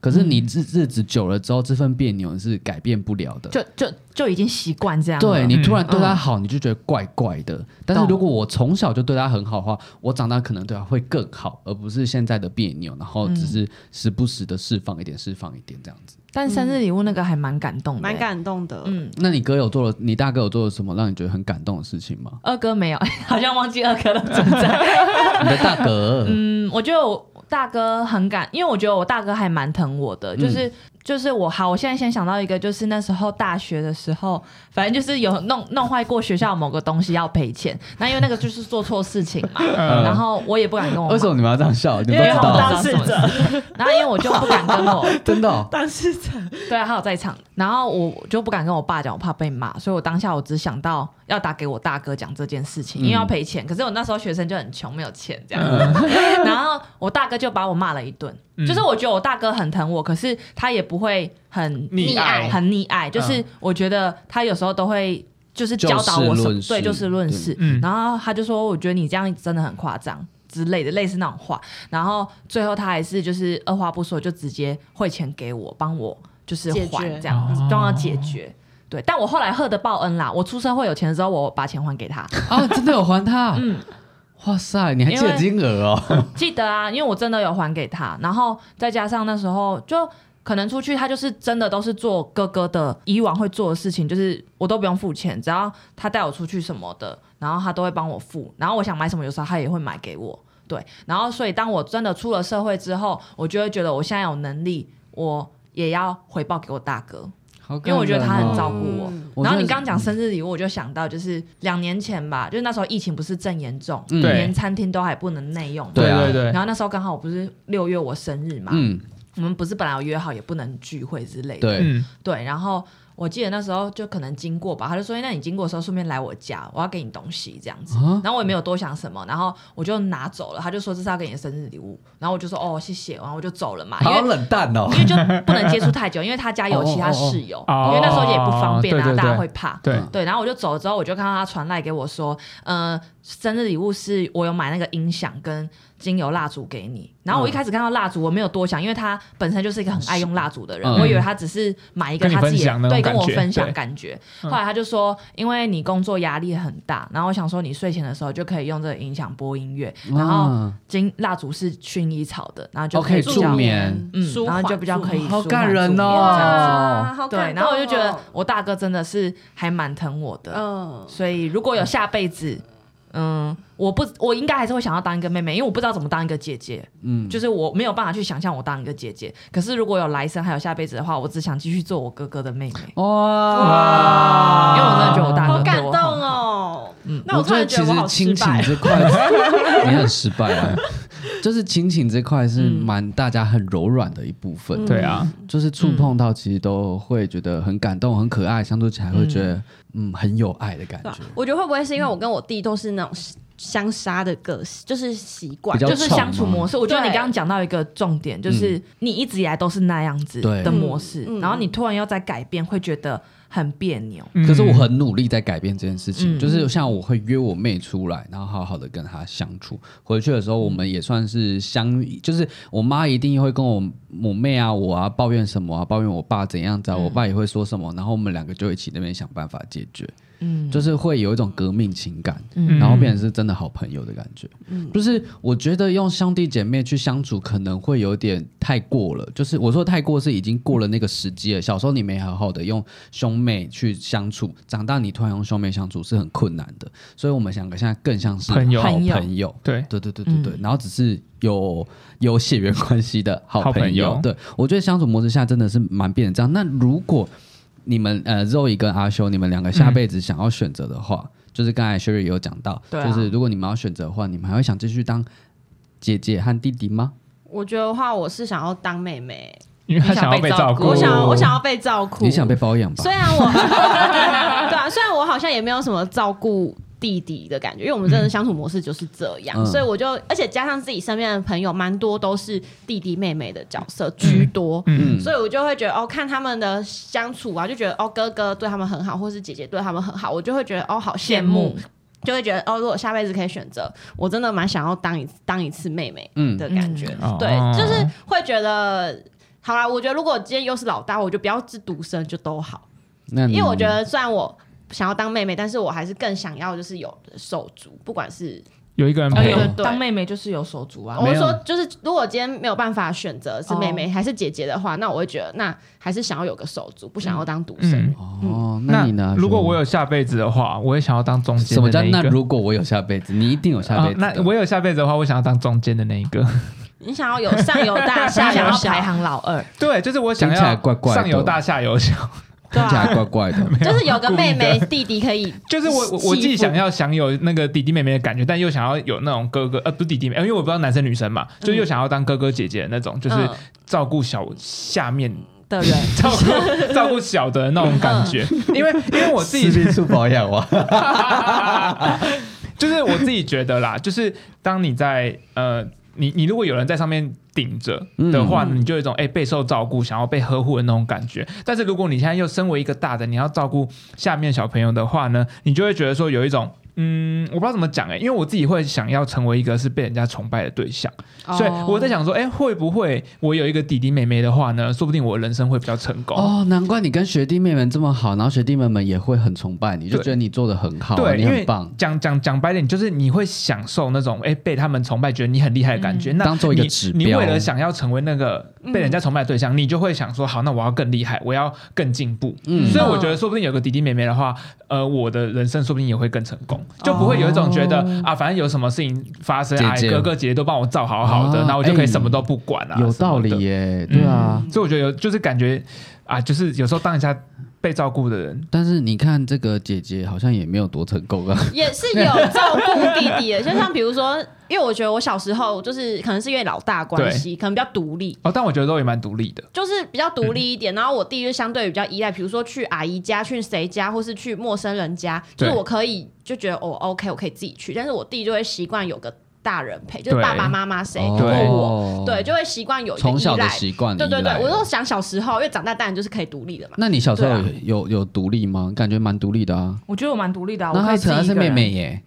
A: 可是你日日子久了之后，这份别扭是改变不了的。
D: 就就就已经习惯这样了。
A: 对你突然对他
D: 嗯
A: 好，你就觉得怪怪的。但是
D: 懂
A: 如果我从小就对他很好的话，我长大可能对他会更好，而不是现在的别扭，然后
D: 嗯
A: 只是时不时的释放一点，释放一点这样子。
D: 但生日礼物那个还蛮感动的，
C: 蛮。感动的，
D: 嗯，？
A: 那你哥有做了，你大哥有做了什么让你觉得很感动的事情吗
D: 二哥没有，好像忘记二哥的存在。
A: 你的大哥，
D: 嗯，我觉得我大哥很感，因为我觉得我大哥还蛮疼我的，就是、就是我好，我现在先想到一个，就是那时候大学的时候，反正就是有弄弄坏过学校某个东西要赔钱， 那因为那个就是做错事情嘛，
B: 嗯
D: 然后我也不敢跟我妈
A: 为什么你们要这样笑？你
D: 因
A: 们
D: 为
A: 都
D: 我
A: 知
D: 不
A: 道
D: 知
A: 啊，
D: 道什么事， 然后因为我就不敢跟我
A: 真的哦、
C: 但是这
D: 对啊，他有在场，然后我就不敢跟我爸讲，我怕被骂，所以我当下我只想到要打给我大哥讲这件事情，因为要赔钱。可是我那时候学生就很穷，没有钱这样， 然后我大哥就把我骂了一顿。 就是我觉得我大哥很疼我，可是他也不会很
B: 溺爱
D: 很溺爱，就是我觉得他有时候都会。就是教导我
A: 就事
D: 什么，
A: 论事
D: 对，就事论事。
B: 嗯
D: 然后他就说：“我觉得你这样真的很夸张之类的，类似那种话。”然后最后他还是就是二话不说就直接汇钱给我，帮我就是
C: 解决
D: 还这样子
B: 哦，
D: 都要解决。对，但我后来喝的报恩啦，我出社会有钱之后，我把钱还给他。
A: 啊，真的有还他？
D: 嗯，
A: 哇塞，你还记得金额 哦？
D: 记得啊，因为我真的有还给他，然后再加上那时候就可能出去，他就是真的都是做哥哥的以往会做的事情，就是我都不用付钱，只要他带我出去什么的，然后他都会帮我付，然后我想买什么，有时候他也会买给我，对，然后所以当我真的出了社会之后，我就会觉得我现在有能力，我也要回报给我大哥，
A: 好感
D: 因为我觉得他很
A: 人哦
D: 照顾我。
C: 嗯
A: 我嗯
D: 然后
A: 真的
D: 你
A: 是
D: 刚刚讲生日礼物，我就想到就是两年前吧，就是那时候疫情不是正严重，
A: 嗯
B: 对
D: 连餐厅都还不能内用嘛，
A: 对啊
B: 对对
D: 然后那时候刚好我不是六月我生日嘛，
A: 嗯，
D: 我们不是本来有约好也不能聚会之类的，
A: 对，
B: 嗯，
D: 对然后我记得那时候就可能经过吧，他就说：“哎那你经过的时候顺便来我家，我要给你东西这样子。
A: 啊
D: 然后我也没有多想什么，然后我就拿走了。他就说这是要给你的生日礼物，然后我就说哦谢谢，然后我就走 了嘛，啊因
A: 好
D: 为
A: 冷淡哦
D: 因。为就不能接触太久，因为他家有其他室友，
B: 哦哦哦
D: 因为那时候也不方便
B: 哦
D: 啊，
B: 对对对
D: 大家会怕。
B: 对，
A: 嗯
D: 对，然后我就走了之后，我就看到他传赖给我说，呃，生日礼物是我有买那个音响跟精油蜡烛给你。然后我一开始看到蜡烛，我没有多想，因为他本身就是一个很爱用蜡烛的人，
A: 嗯
D: 我以为他只是买一个
B: 跟你
D: 他自己
B: 分享那种
D: 对跟我
B: 感觉
D: 分享
B: 对
D: 感觉。
B: 嗯
D: 后来他就说，因为你工作压力很大，然后我想说你睡前的时候就可以用这个音响播音乐，然后
A: 啊
D: 精蜡烛是薰衣草的，然后就
A: 哦可以
D: 以
A: 助
D: 比较
A: 眠，
D: 嗯，
C: 舒
D: 然后就
C: 缓
D: 比较
C: 助
D: 可以
A: 好
D: 舒
A: 感
D: 缓
A: 人
D: 助眠
A: 哦
D: 这样子
C: 哇，好
D: 对，
C: 感
D: 然后我就觉得
C: 动哦
D: 我大哥真的是还蛮疼我的，
C: 嗯，
D: 所以如果有下辈子，嗯，我不，我应该还是会想要当一个妹妹，因为我不知道怎么当一个姐姐，
A: 嗯，
D: 就是我没有办法去想象我当一个姐姐。可是如果有来生还有下辈子的话，我只想继续做我哥哥的妹妹，
A: 哇
B: 嗯
A: 啊
D: 因为我真的觉得我大哥
C: 好感
D: 对我
C: 动
D: 好
C: 哦。那
A: 嗯我
C: 我突然
A: 得
C: 觉
A: 其
C: 得我
A: 实
C: 好失
A: 亲情
C: 败。
A: 这块，你很失败啊。就是亲情这块是蛮大家很柔软的一部分，
B: 对啊，
A: 就是触碰到其实都会觉得很感动、很可爱，相处起来会觉得嗯很有爱的感
C: 对啊
A: 觉。
C: 我觉得会不会是因为我跟我弟都是那种相杀的个性，就是习惯
A: 比，较
D: 就是相处模式。我觉得你
C: 对
D: 刚刚讲到一个重点，就是你一直以来都是那样子
A: 对
D: 的模式，
C: 嗯嗯
D: 然后你突然要再改变，会觉得很别扭。
B: 嗯
A: 可是我很努力在改变这件事情，
D: 嗯
A: 就是像我会约我妹出来，然后好好的跟她相处。回去的时候，我们也算是相，就是我妈一定会跟我我妹啊、我啊抱怨什么啊，抱怨我爸怎样子啊，
D: 嗯
A: 我爸也会说什么，然后我们两个就一起那边想办法解决，
D: 嗯，
A: 就是会有一种革命情感，
D: 嗯
A: 然后变成是真的好朋友的感觉。就是我觉得用兄弟姐妹去相处可能会有点太过了，就是我说太过是已经过了那个时机了。小时候你没好好的用兄妹去相处，长大你突然用兄妹相处是很困难的，所以我们两个现在更像是
B: 朋友
A: 好
D: 朋友
A: 朋友
B: 对，
A: 对对对对对，然后只是有有血缘关系的好
B: 好
A: 朋友。
B: 朋友
A: 对我觉得相处模式下真的是蛮变成这样。那如果你们呃 Zoe 跟阿修你们两个下辈子想要选择的话，就是刚才 Sherry 有讲到，
D: 对啊
A: 就是如果你们要选择的话，你们还会想继续当姐姐和弟弟吗？
C: 我觉得的话，我是想要当妹妹，
B: 因为他想要被照顾，
C: 我想要我想要被照顾。
A: 哦你想被包养吧
C: 虽？然我 对啊，虽然我好像也没有什么照顾弟弟的感觉，因为我们真的相处模式就是这样，
A: 嗯
C: 所以我就而且加上自己身边的朋友，蛮多都是弟弟妹妹的角色居多。
B: 嗯，
C: 所以我就会觉得哦，看他们的相处啊，就觉得哦，哥哥对他们很好，或是姐姐对他们很好，我就会觉得哦，好羡
D: 羡
C: 慕
D: 慕，，
C: 就会觉得哦，如果下辈子可以选择，我真的蛮想要当一当一次妹妹
A: 嗯
C: 的感觉。
B: 嗯
C: 对
B: 哦，
C: 就是会觉得，好啦，我觉得如果今天又是老大，我就不要是独生，就都好。
A: 那
B: 嗯
A: 你
C: 因为我觉得虽然我想要当妹妹，但是我还是更想要就是有手足，不管是
B: 有一个人
D: 哎
B: 陪
D: 呦，
C: 对对对哦
D: 当妹妹就是有手足啊，
C: 我
A: 没
C: 是
A: 有
C: 说，就是如果今天没有办法选择是妹妹
D: 哦
C: 还是姐姐的话，那我会觉得那还是想要有个手足，不想要当独生
B: 嗯。
A: 哦，那你呢？
B: 如果我
A: 有
B: 有下辈子的话，我也想要当中间
A: 什
B: 的
A: 么叫
B: 那一
A: 那
B: 个。
A: 如果我有下辈子，你一定有下
B: 啊
A: 辈，子的、
B: 那我有下辈子的话，我想要当中间的那一个。
C: 你想要有上有 大，
D: 他
C: 下
D: 想
C: 有
D: 要
C: 小
D: 排，行老二，
B: 对，就是我想
A: 听起来
B: 要
A: 怪怪的
B: 上有大下有小，
C: 对
A: 听起来
C: 啊，
A: 怪怪的。
C: 就是有个 妹
B: 故
C: 妹
B: 意的
C: 弟弟可以，
B: 就是我 我我既想要享有那个弟弟妹妹的感觉，但又想要有那种哥哥呃不是弟弟妹，呃因为我不知道男生女生嘛，就又想要当哥哥姐姐的那种，就是
C: 嗯
B: 照顾小下面
D: 的人，
B: 照顾照顾小的那种感觉，因为因为我自己
A: 私密处保养哇，
B: 就是我自己觉得啦，就是当你在呃，你你如果有人在上面顶着的话，你就有一种哎、备受照顾、想要被呵护的那种感觉。但是如果你现在又身为一个大的，你要照顾下面小朋友的话呢，你就会觉得说有一种。嗯，我不知道怎么讲哎、因为我自己会想要成为一个是被人家崇拜的对象，
C: 嗯
B: 所
C: 哦
A: 哦
B: 以我在想说，哎、会不会我有一个弟弟妹妹的话呢？说不定我人生会比较成功。
A: 哦，难怪你跟学弟妹们这么好，然后学弟妹们也会很崇拜你，就
B: 对
A: 觉得你做的很好，啊
B: 对，
A: 你
B: 因为
A: 很棒，
B: 讲讲讲白点，就是你会享受那种哎、被他们崇拜，觉得你很厉害的感觉。那
A: 嗯当做一个
B: 你
A: 指
B: 你
A: 标嗯
B: 为了想要成为那个被人家崇拜的对象，你就会想说，好，那我要更厉害，我要更进步。
A: 嗯
B: 所以我觉得，说不定有个弟弟妹妹的话，呃，我的人生说不定也会更成功，就不会有一种觉得、啊，反正有什么事情发生，
A: 哦姐
B: 哎，
A: 姐
B: 哥哥姐姐都帮我照好好的，
A: 啊
B: 那、我就可以
A: 哎
B: 什么都不管啊。
A: 有道理
B: 什么的
A: 耶，对
D: 嗯
A: 啊。
B: 嗯所以我觉得有，就是感觉啊，就是有时候当一下被照顾的人，
A: 但是你看这个姐姐好像也没有多成功啊，
C: 也是有照顾弟弟 的，就像比如说，因为我觉得我小时候就是可能是因为老大关系，可能比较独立，
B: 哦，但我觉得都也蛮独立的。
C: 就是比较独立一
A: 嗯
C: 点。然后我弟就相对比较依赖，比如说去阿姨家、去谁家，或是去陌生人家，就
B: 对
C: 是我可以就觉得哦，OK，我可以自己去。但是我弟就会习惯有个大人陪，就是
B: 对
C: 爸爸妈妈谁
A: 哦
C: 或
B: 对
C: 我，对，，就会习惯有一个
A: 从
C: 依
A: 小的
C: 赖。
A: 习惯，
C: 对对
A: 依
C: 对
A: 赖，
C: 我都想小时候，因为长大当然就是可以独立的嘛。
A: 那你小时候
C: 对啊
A: 有有有独立吗？感觉蛮独立的啊。
D: 我觉得我蛮独立的啊、
A: 那
D: 我可
A: 她
D: 以自
A: 可能
D: 己
A: 是
D: 一个
A: 妹
D: 人
A: 妹耶，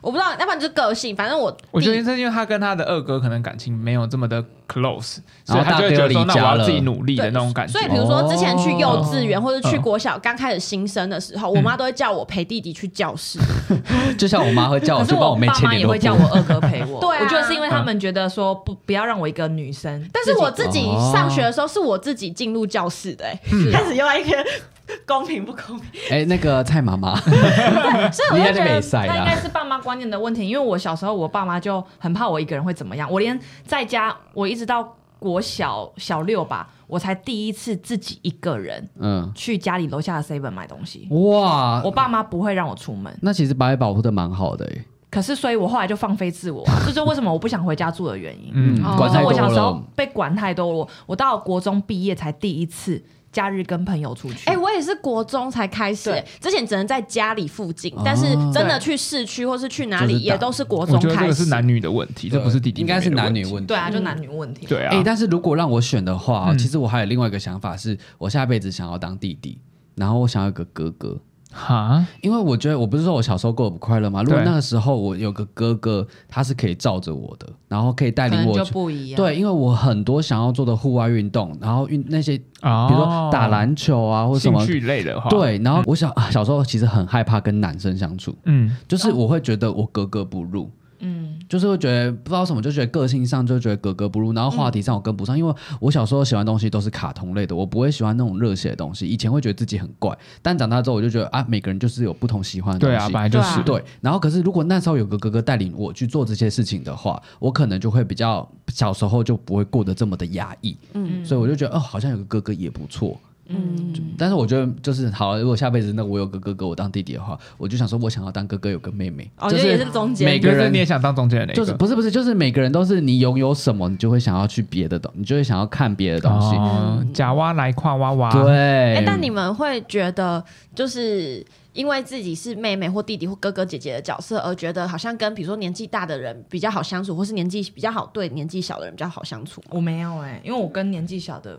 C: 我不知道，要不然就是个性，反正我弟
B: 我觉得是因为他跟他的二哥可能感情没有这么的 close，
A: 然
B: 所
A: 后大
B: 以他
A: 哥
B: 就会觉得
A: 离
B: 说，那
A: 家
B: 我要
A: 了
B: 自己努力的
C: 对
B: 那种感觉
C: 所以。比如说之前去幼稚园
A: 哦
C: 或者去国小刚开始新生的时候，我妈都会叫我陪弟弟去教室。
A: 哦就像我妈会叫我
D: 可
A: 去
D: 是
A: 帮
D: 我
A: 妹
D: 爸
A: 牵
D: 妈
A: 点
D: 也
A: 萝
D: 会叫
A: 卜
D: 我。二哥陪 我，
C: 对啊
D: 我觉得是因为他
A: 嗯
D: 们觉得说不不要让我一个女生，
C: 但是我自己
A: 哦
C: 上学的时候，是我自己进入教室的、欸，开始又来一篇 公平不公平，
A: 哎，那个蔡妈 妈，以我就觉得
D: 所
A: 你还是没塞啦
D: 那应该是爸妈观念的问题，因为我小时候我爸妈就很怕我一个人会怎么样，我连在家我一直到国小小六吧，我才第一次自己一个人
A: 嗯，
D: 去家里楼下的 seven 买东西，
A: 哇
D: 我，爸妈不会让我出门。
A: 那其实把你保护的蛮好的耶，
D: 可是，所以我后来就放飞自我、啊，这就是为什么我不想回家住的原因。
B: 嗯，
C: 哦
A: 管
D: 就是
A: 太
D: 我
A: 多
D: 小时候
A: 了。
D: 被管太多了，我到国中毕业才第一次假日跟朋友出去。
C: 哎、我也是国中才开始、欸，之前只能在家里附近，
A: 哦
C: 但是真的
D: 对
C: 去市区或是去哪
A: 就
C: 里，
A: 是打
C: 也都是国
B: 我
C: 中
B: 觉得这
C: 开
B: 个是
C: 始。
B: 男女的问题，这不是弟弟
A: 应
B: 妹
A: 该
B: 妹
A: 是
B: 的
A: 男女
B: 问题。
A: 问题。
D: 对啊，就男女问题。
B: 对
A: 哎、
B: 啊，
A: 但是如果让我选的话，
B: 嗯
A: 其实我还有另外一个想法是，我下辈子想要当弟弟，然后我想要有个哥哥，
B: 哈，
A: 因为我觉得我不是说我小时候过得不快乐吗？如果
B: 对
A: 那个时候我有个哥哥，他是可以罩着我的，然后可以带
D: 可
A: 领
D: 能
A: 我
D: 就
A: 去。
D: 不一样。，
A: 对，因为我很多想要做的户外运动，然后运那些，比
B: 哦
A: 如说打篮球啊，或什
B: 兴
A: 么，
B: 趣类的话，，
D: 哦
A: 对。然后我想、啊，小时候其实很害怕跟男生相处，
B: 嗯，
A: 就是我会觉得我格格不入，
D: 嗯，
A: 就是会觉得不知道什么，就觉得个性上就觉得格格不入，然后话题上我跟不上，因为我小时候喜欢的东西都是卡通类的，我不会喜欢那种热血的东西。以前会觉得自己很怪，但长大之后我就觉得啊，每个人就是有不同喜欢的东
B: 对
A: 西。
B: 啊，本来就是，
A: 对，然后可是如果那时候有个哥哥带领我去做这些事情的话，我可能就会比较小时候就不会过得这么的压抑，嗯，所以我就觉得哦，好像有个哥哥也不错，
C: 嗯，
A: 但是我觉得就是好，如果下辈子那我有个哥哥，我当弟弟的话，我就想说我想要当哥哥，有个妹妹，
C: 哦，
A: 就
C: 就是也是中间
A: 每
B: 就
A: 个
B: 是
A: 人
B: 你也想当中间的那个，
A: 就是不是不是，就是每个人都是你拥有什么，你就会想要去别的东，你就会想要看别的东西。
B: 哦，假蛙来跨嗯蛙蛙，
A: 对，
C: 哎、但你们会觉得，就是因为自己是妹妹或弟弟或哥哥姐姐的角色，而觉得好像跟比如说年纪大的人比较好相处，或是年纪比较好对年纪小的人比较好相处吗，
D: 我没有哎、因为我跟年纪小的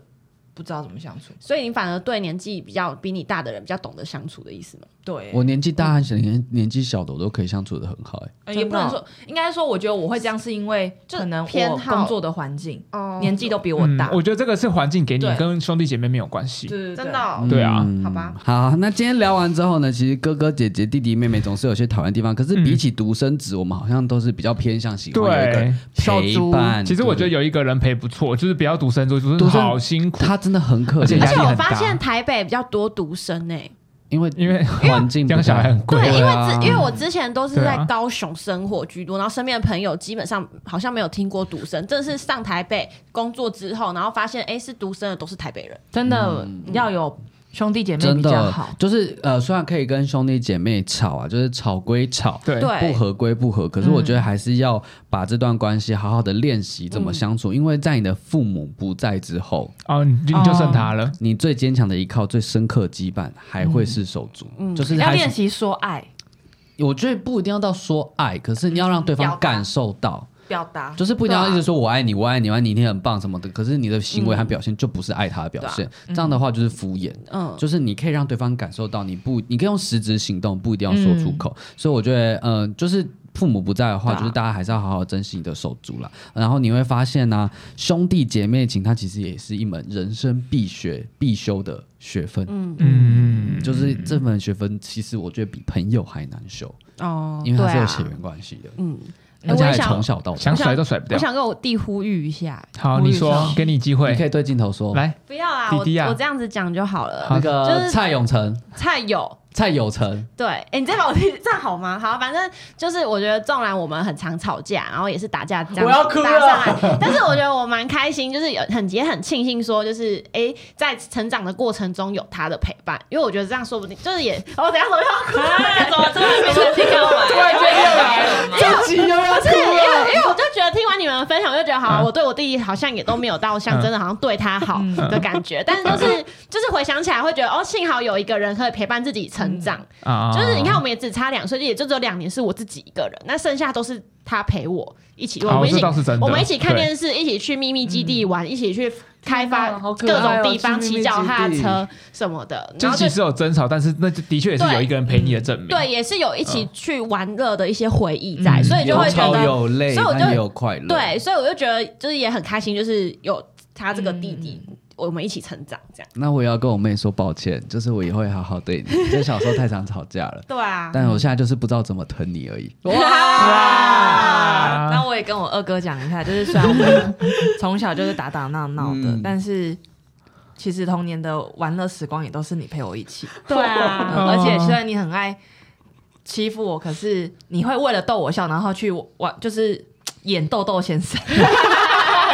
D: 不知道怎么相处。
C: 所以你反而对年纪比较比你大的人比较懂得相处的意思吗？
D: 对、
A: 我年纪大和小年年纪小的，我都可以相处的很好、哎，
D: 呃也不能说，应该说，我觉得我会这样是因为
C: 就
D: 可能
C: 偏
D: 我
C: 好
D: 工作的环境，
C: 哦
D: 年纪都比我
B: 嗯
D: 大。
B: 我觉得这个是环境给你，
D: 对
B: 跟兄弟姐妹没有关系。
D: 对对对
C: 真的、哦
B: 对啊
A: 嗯
C: 好吧。
A: 好，那今天聊完之后呢，其实哥哥姐姐、弟弟妹妹总是有些讨厌的地方，可是比起独生子，我们好像都是比较偏向喜欢有一个
B: 对，
A: 陪伴。
B: 其实我觉得
A: 对
B: 有一个人陪不错，就是不要独生族，独
A: 独
B: 生
A: 生
B: 好辛苦，
A: 他真的很可
B: 而且
A: 怜
C: 而
B: 压，力
C: 且我
B: 很大
C: 发现台北比较多独生呢、欸
A: 因为
B: 因为
A: 环境不
B: 养小孩
A: 太
B: 很贵
C: 对，。因为
A: 啊
C: 之因为我之前都是
B: 对
C: 在
B: 啊
C: 高雄生活居多，然后身边的朋友基本上好像没有听过独生，正是上台北工作之后，然后发现哎、是独生的都是台北人，
D: 真的、
A: 嗯
D: 要有兄弟姐妹
A: 真
D: 比较
A: 的
D: 好。
A: 就是呃，虽然可以跟兄弟姐妹吵啊，就是吵归吵，
B: 对
A: 不合归不合，可是我觉得还是要把这段关系好好的练习怎么相处，
D: 嗯
A: 因为在你的父母不在之后，
B: 哦，你就
D: 哦
B: 你就剩他了。
A: 你最坚强的依靠、最深刻的羁绊还会是手足，就是
D: 嗯要
A: 还
D: 练
A: 是
D: 习说爱，
A: 我觉得不一定要到说爱，可是你要让对方感受到。
D: 表达，
A: 就是不一定要
D: 对啊
A: 一直说我爱你，我爱你，我爱你，你很棒什么的。可是你的行为和表现就不是爱他的表现，啊嗯这样的话就是敷衍。
G: 嗯
A: 就是你可以让对方感受到你不，你可以用实质行动，不一定要说出口。所以我觉得，嗯、就是。父母不在的话，
D: 对啊
A: 就是大家还是要好好珍惜你的手足啦。然后你会发现呢、兄弟姐妹情，它其实也是一门人生必学必修的学分。
B: 嗯，
A: 就是这门学分，其实我觉得比朋友还难修，
G: 哦，
A: 因为它是有
D: 对啊
A: 血缘关系的，
G: 嗯，
A: 而且
C: 我也
A: 还
C: 想
A: 从小到大。
B: 想甩都甩不掉
C: 我。想跟我弟呼吁一下，
B: 好，
C: 呼吁
B: 你
C: 一下
B: 说，给你机会
A: 你，可以对镜头说，
B: 来，
C: 不要啊，
B: 弟弟啊
C: 我我这样子讲就好了。
A: 那
C: 就
A: 个
C: 是
A: 蔡永成，
C: 菜有
A: 蔡友成，
C: 对，哎、你再把我弟这样好吗？好，反正就是我觉得纵然我们很常吵架，然后也是打架这样
A: 我要哭了
C: 打上来，但是我觉得我蛮开心，就是有很也很庆幸说，就是哎、诶在成长的过程中有他的陪伴，因为我觉得这样说不定就是也，哦，等一下怎么要哭？
G: 哎怎么突然没东西给 我玩？
A: 这集又要
C: 不是，因为因为我就觉得听完你们的分享，我就觉得好、啊，
B: 嗯
C: 我对我弟弟好像也都没有到像
B: 嗯
C: 真的好像对他好的感觉，但是就是就是回想起来会觉得哦，幸好有一个人可以陪伴自己成长，
B: 啊，
C: 就是你看，我们也只差两岁，就也就只有两年是我自己一个人，那剩下都是他陪我一起，我
B: 好，
C: 们一
B: 哦这
C: 起，
B: 倒是真的，
C: 我们一起看
B: 对
C: 电视，一起去秘密基地玩，一起去开发
A: 天哪好可
C: 各
A: 爱哦
C: 种地方，
A: 去秘密
C: 骑脚踏
A: 基地
C: 车什么的，
B: 就是
C: 然后
B: 即
C: 就。
B: 使有争吵，但是那就的确也是
C: 对
B: 有一个人陪你的证明。
C: 对，也是有一
B: 嗯
C: 起去玩乐的一些回忆在，所以就会
A: 有
C: 觉
A: 吵
C: 得
A: 有累，
C: 所以我就
A: 但也有快乐。
C: 对，，所以我就觉得就是也很开心，就是有他这个弟弟，
A: 嗯
C: 我们一起成长这样。
A: 那我也要跟我妹说抱歉，就是我也会好好 对你，就是小时候太常吵架了，
C: 对啊，
A: 但我现在就是不知道怎么疼你而已。
B: 哇
A: 啊
D: 那我也跟我二哥讲一下，就是虽然我们从小就是打打闹闹的，
A: 嗯
D: 但是其实童年的玩乐时光也都是你陪我一起，
C: 对
D: 嗯
C: 啊，
B: 哦
D: 而且虽然你很爱欺负我，可是你会为了逗我笑，然后去玩，就是演豆豆先生。
A: 啊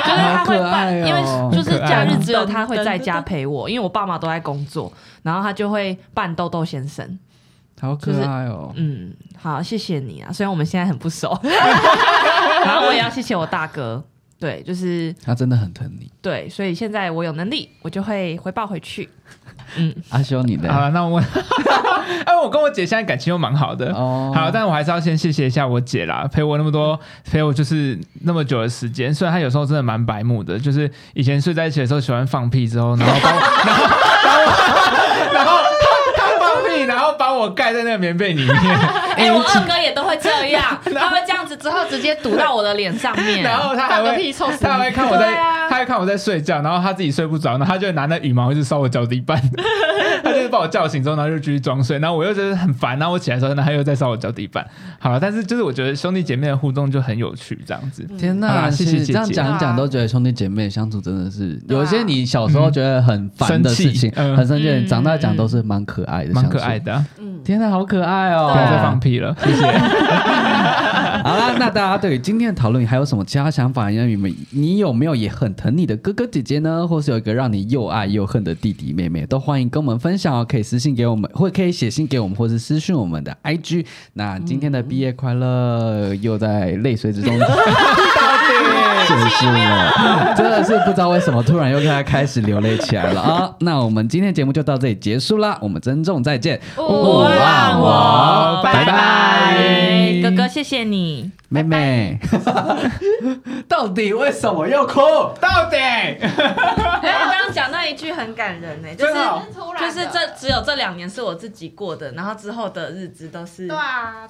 D: 就是他会
A: 好可爱
D: 办，
A: 哦
D: 因为 就是假日只有他会在
G: 很可爱
D: 家陪我，因为我爸妈都在工作，然后他就会扮豆豆先生。
A: 好可爱哦！
D: 嗯，好，谢谢你啊。虽然我们现在很不熟， 然后我也要谢谢我大哥。对，就是
A: 他真的很疼你。
D: 对，所以现在我有能力，我就会回报回 去。
A: 阿修，你
B: 好
A: 的
B: 了，那我问， 哎，我跟我姐现在感情又蛮好的。
A: 哦
B: 好，但我还是要先谢谢一下我姐啦，陪我那么多，陪我就是那么久的时间。虽然她有时候真的蛮白目的，就是以前睡在一起的时候喜欢放屁，之后然后把我，然后然后然后她她放屁，然后把我盖在那个棉被里面。
D: 哎、我二哥也都会这样，他会这样子之后直接堵到我的脸上面
B: 然后他还
C: 放个
B: 会
C: 屁臭死你
B: 他还会看我在
D: 对，啊
B: 他会看我在睡觉，然后他自己睡不着，然后他就拿那羽毛一直烧我脚底板， 他就是把我叫醒之后，然后就继续装睡，然后我又觉得很烦，然后我起来的时候，那他又在烧我脚底板。好了，但是就是我觉得兄弟姐妹的互动就很有趣，这样子。
A: 天
B: 好啦
A: 呐，
B: 谢
A: 其
B: 谢
A: 实
B: 姐姐
A: 这样讲一讲，都觉得兄弟姐妹相处真的是，有一些你小时候觉得很烦的事情
B: 生气，嗯
A: 很生气，
D: 嗯
A: 长大讲都是蛮可爱的，
B: 蛮可爱。的啊，
A: 天呐，好可爱哦！
B: 不要再放屁了，谢 谢。
A: 好啦，那大家对于今天的讨论还有什么其他想法？因为你们你有没有也很疼你的哥哥姐姐呢？或是有一个让你又爱又恨的弟弟妹妹，都欢迎跟我们分享哦。可以私信给我们，或可以写信给我们，或是私讯我们的 IG。那今天的毕业快乐又在泪水之中到底结束了，真的是不知道为什么突然又跟他开始流泪起来了啊！那我们今天节目就到这里结束啦，我们珍重再见，
C: 勿忘
D: 哦
C: 我
A: 拜
C: 拜
A: 拜
C: 拜，
D: 哥哥，谢谢你。
A: 妹妹， 到底为什么又哭？
B: 到底
D: 没哎有，我刚刚讲那一句很感人呢、就
B: 真
D: 是
B: 的哦
C: 突
D: 就是这只有这两年是我自己过的，然后之后的日子都是
C: 对啊，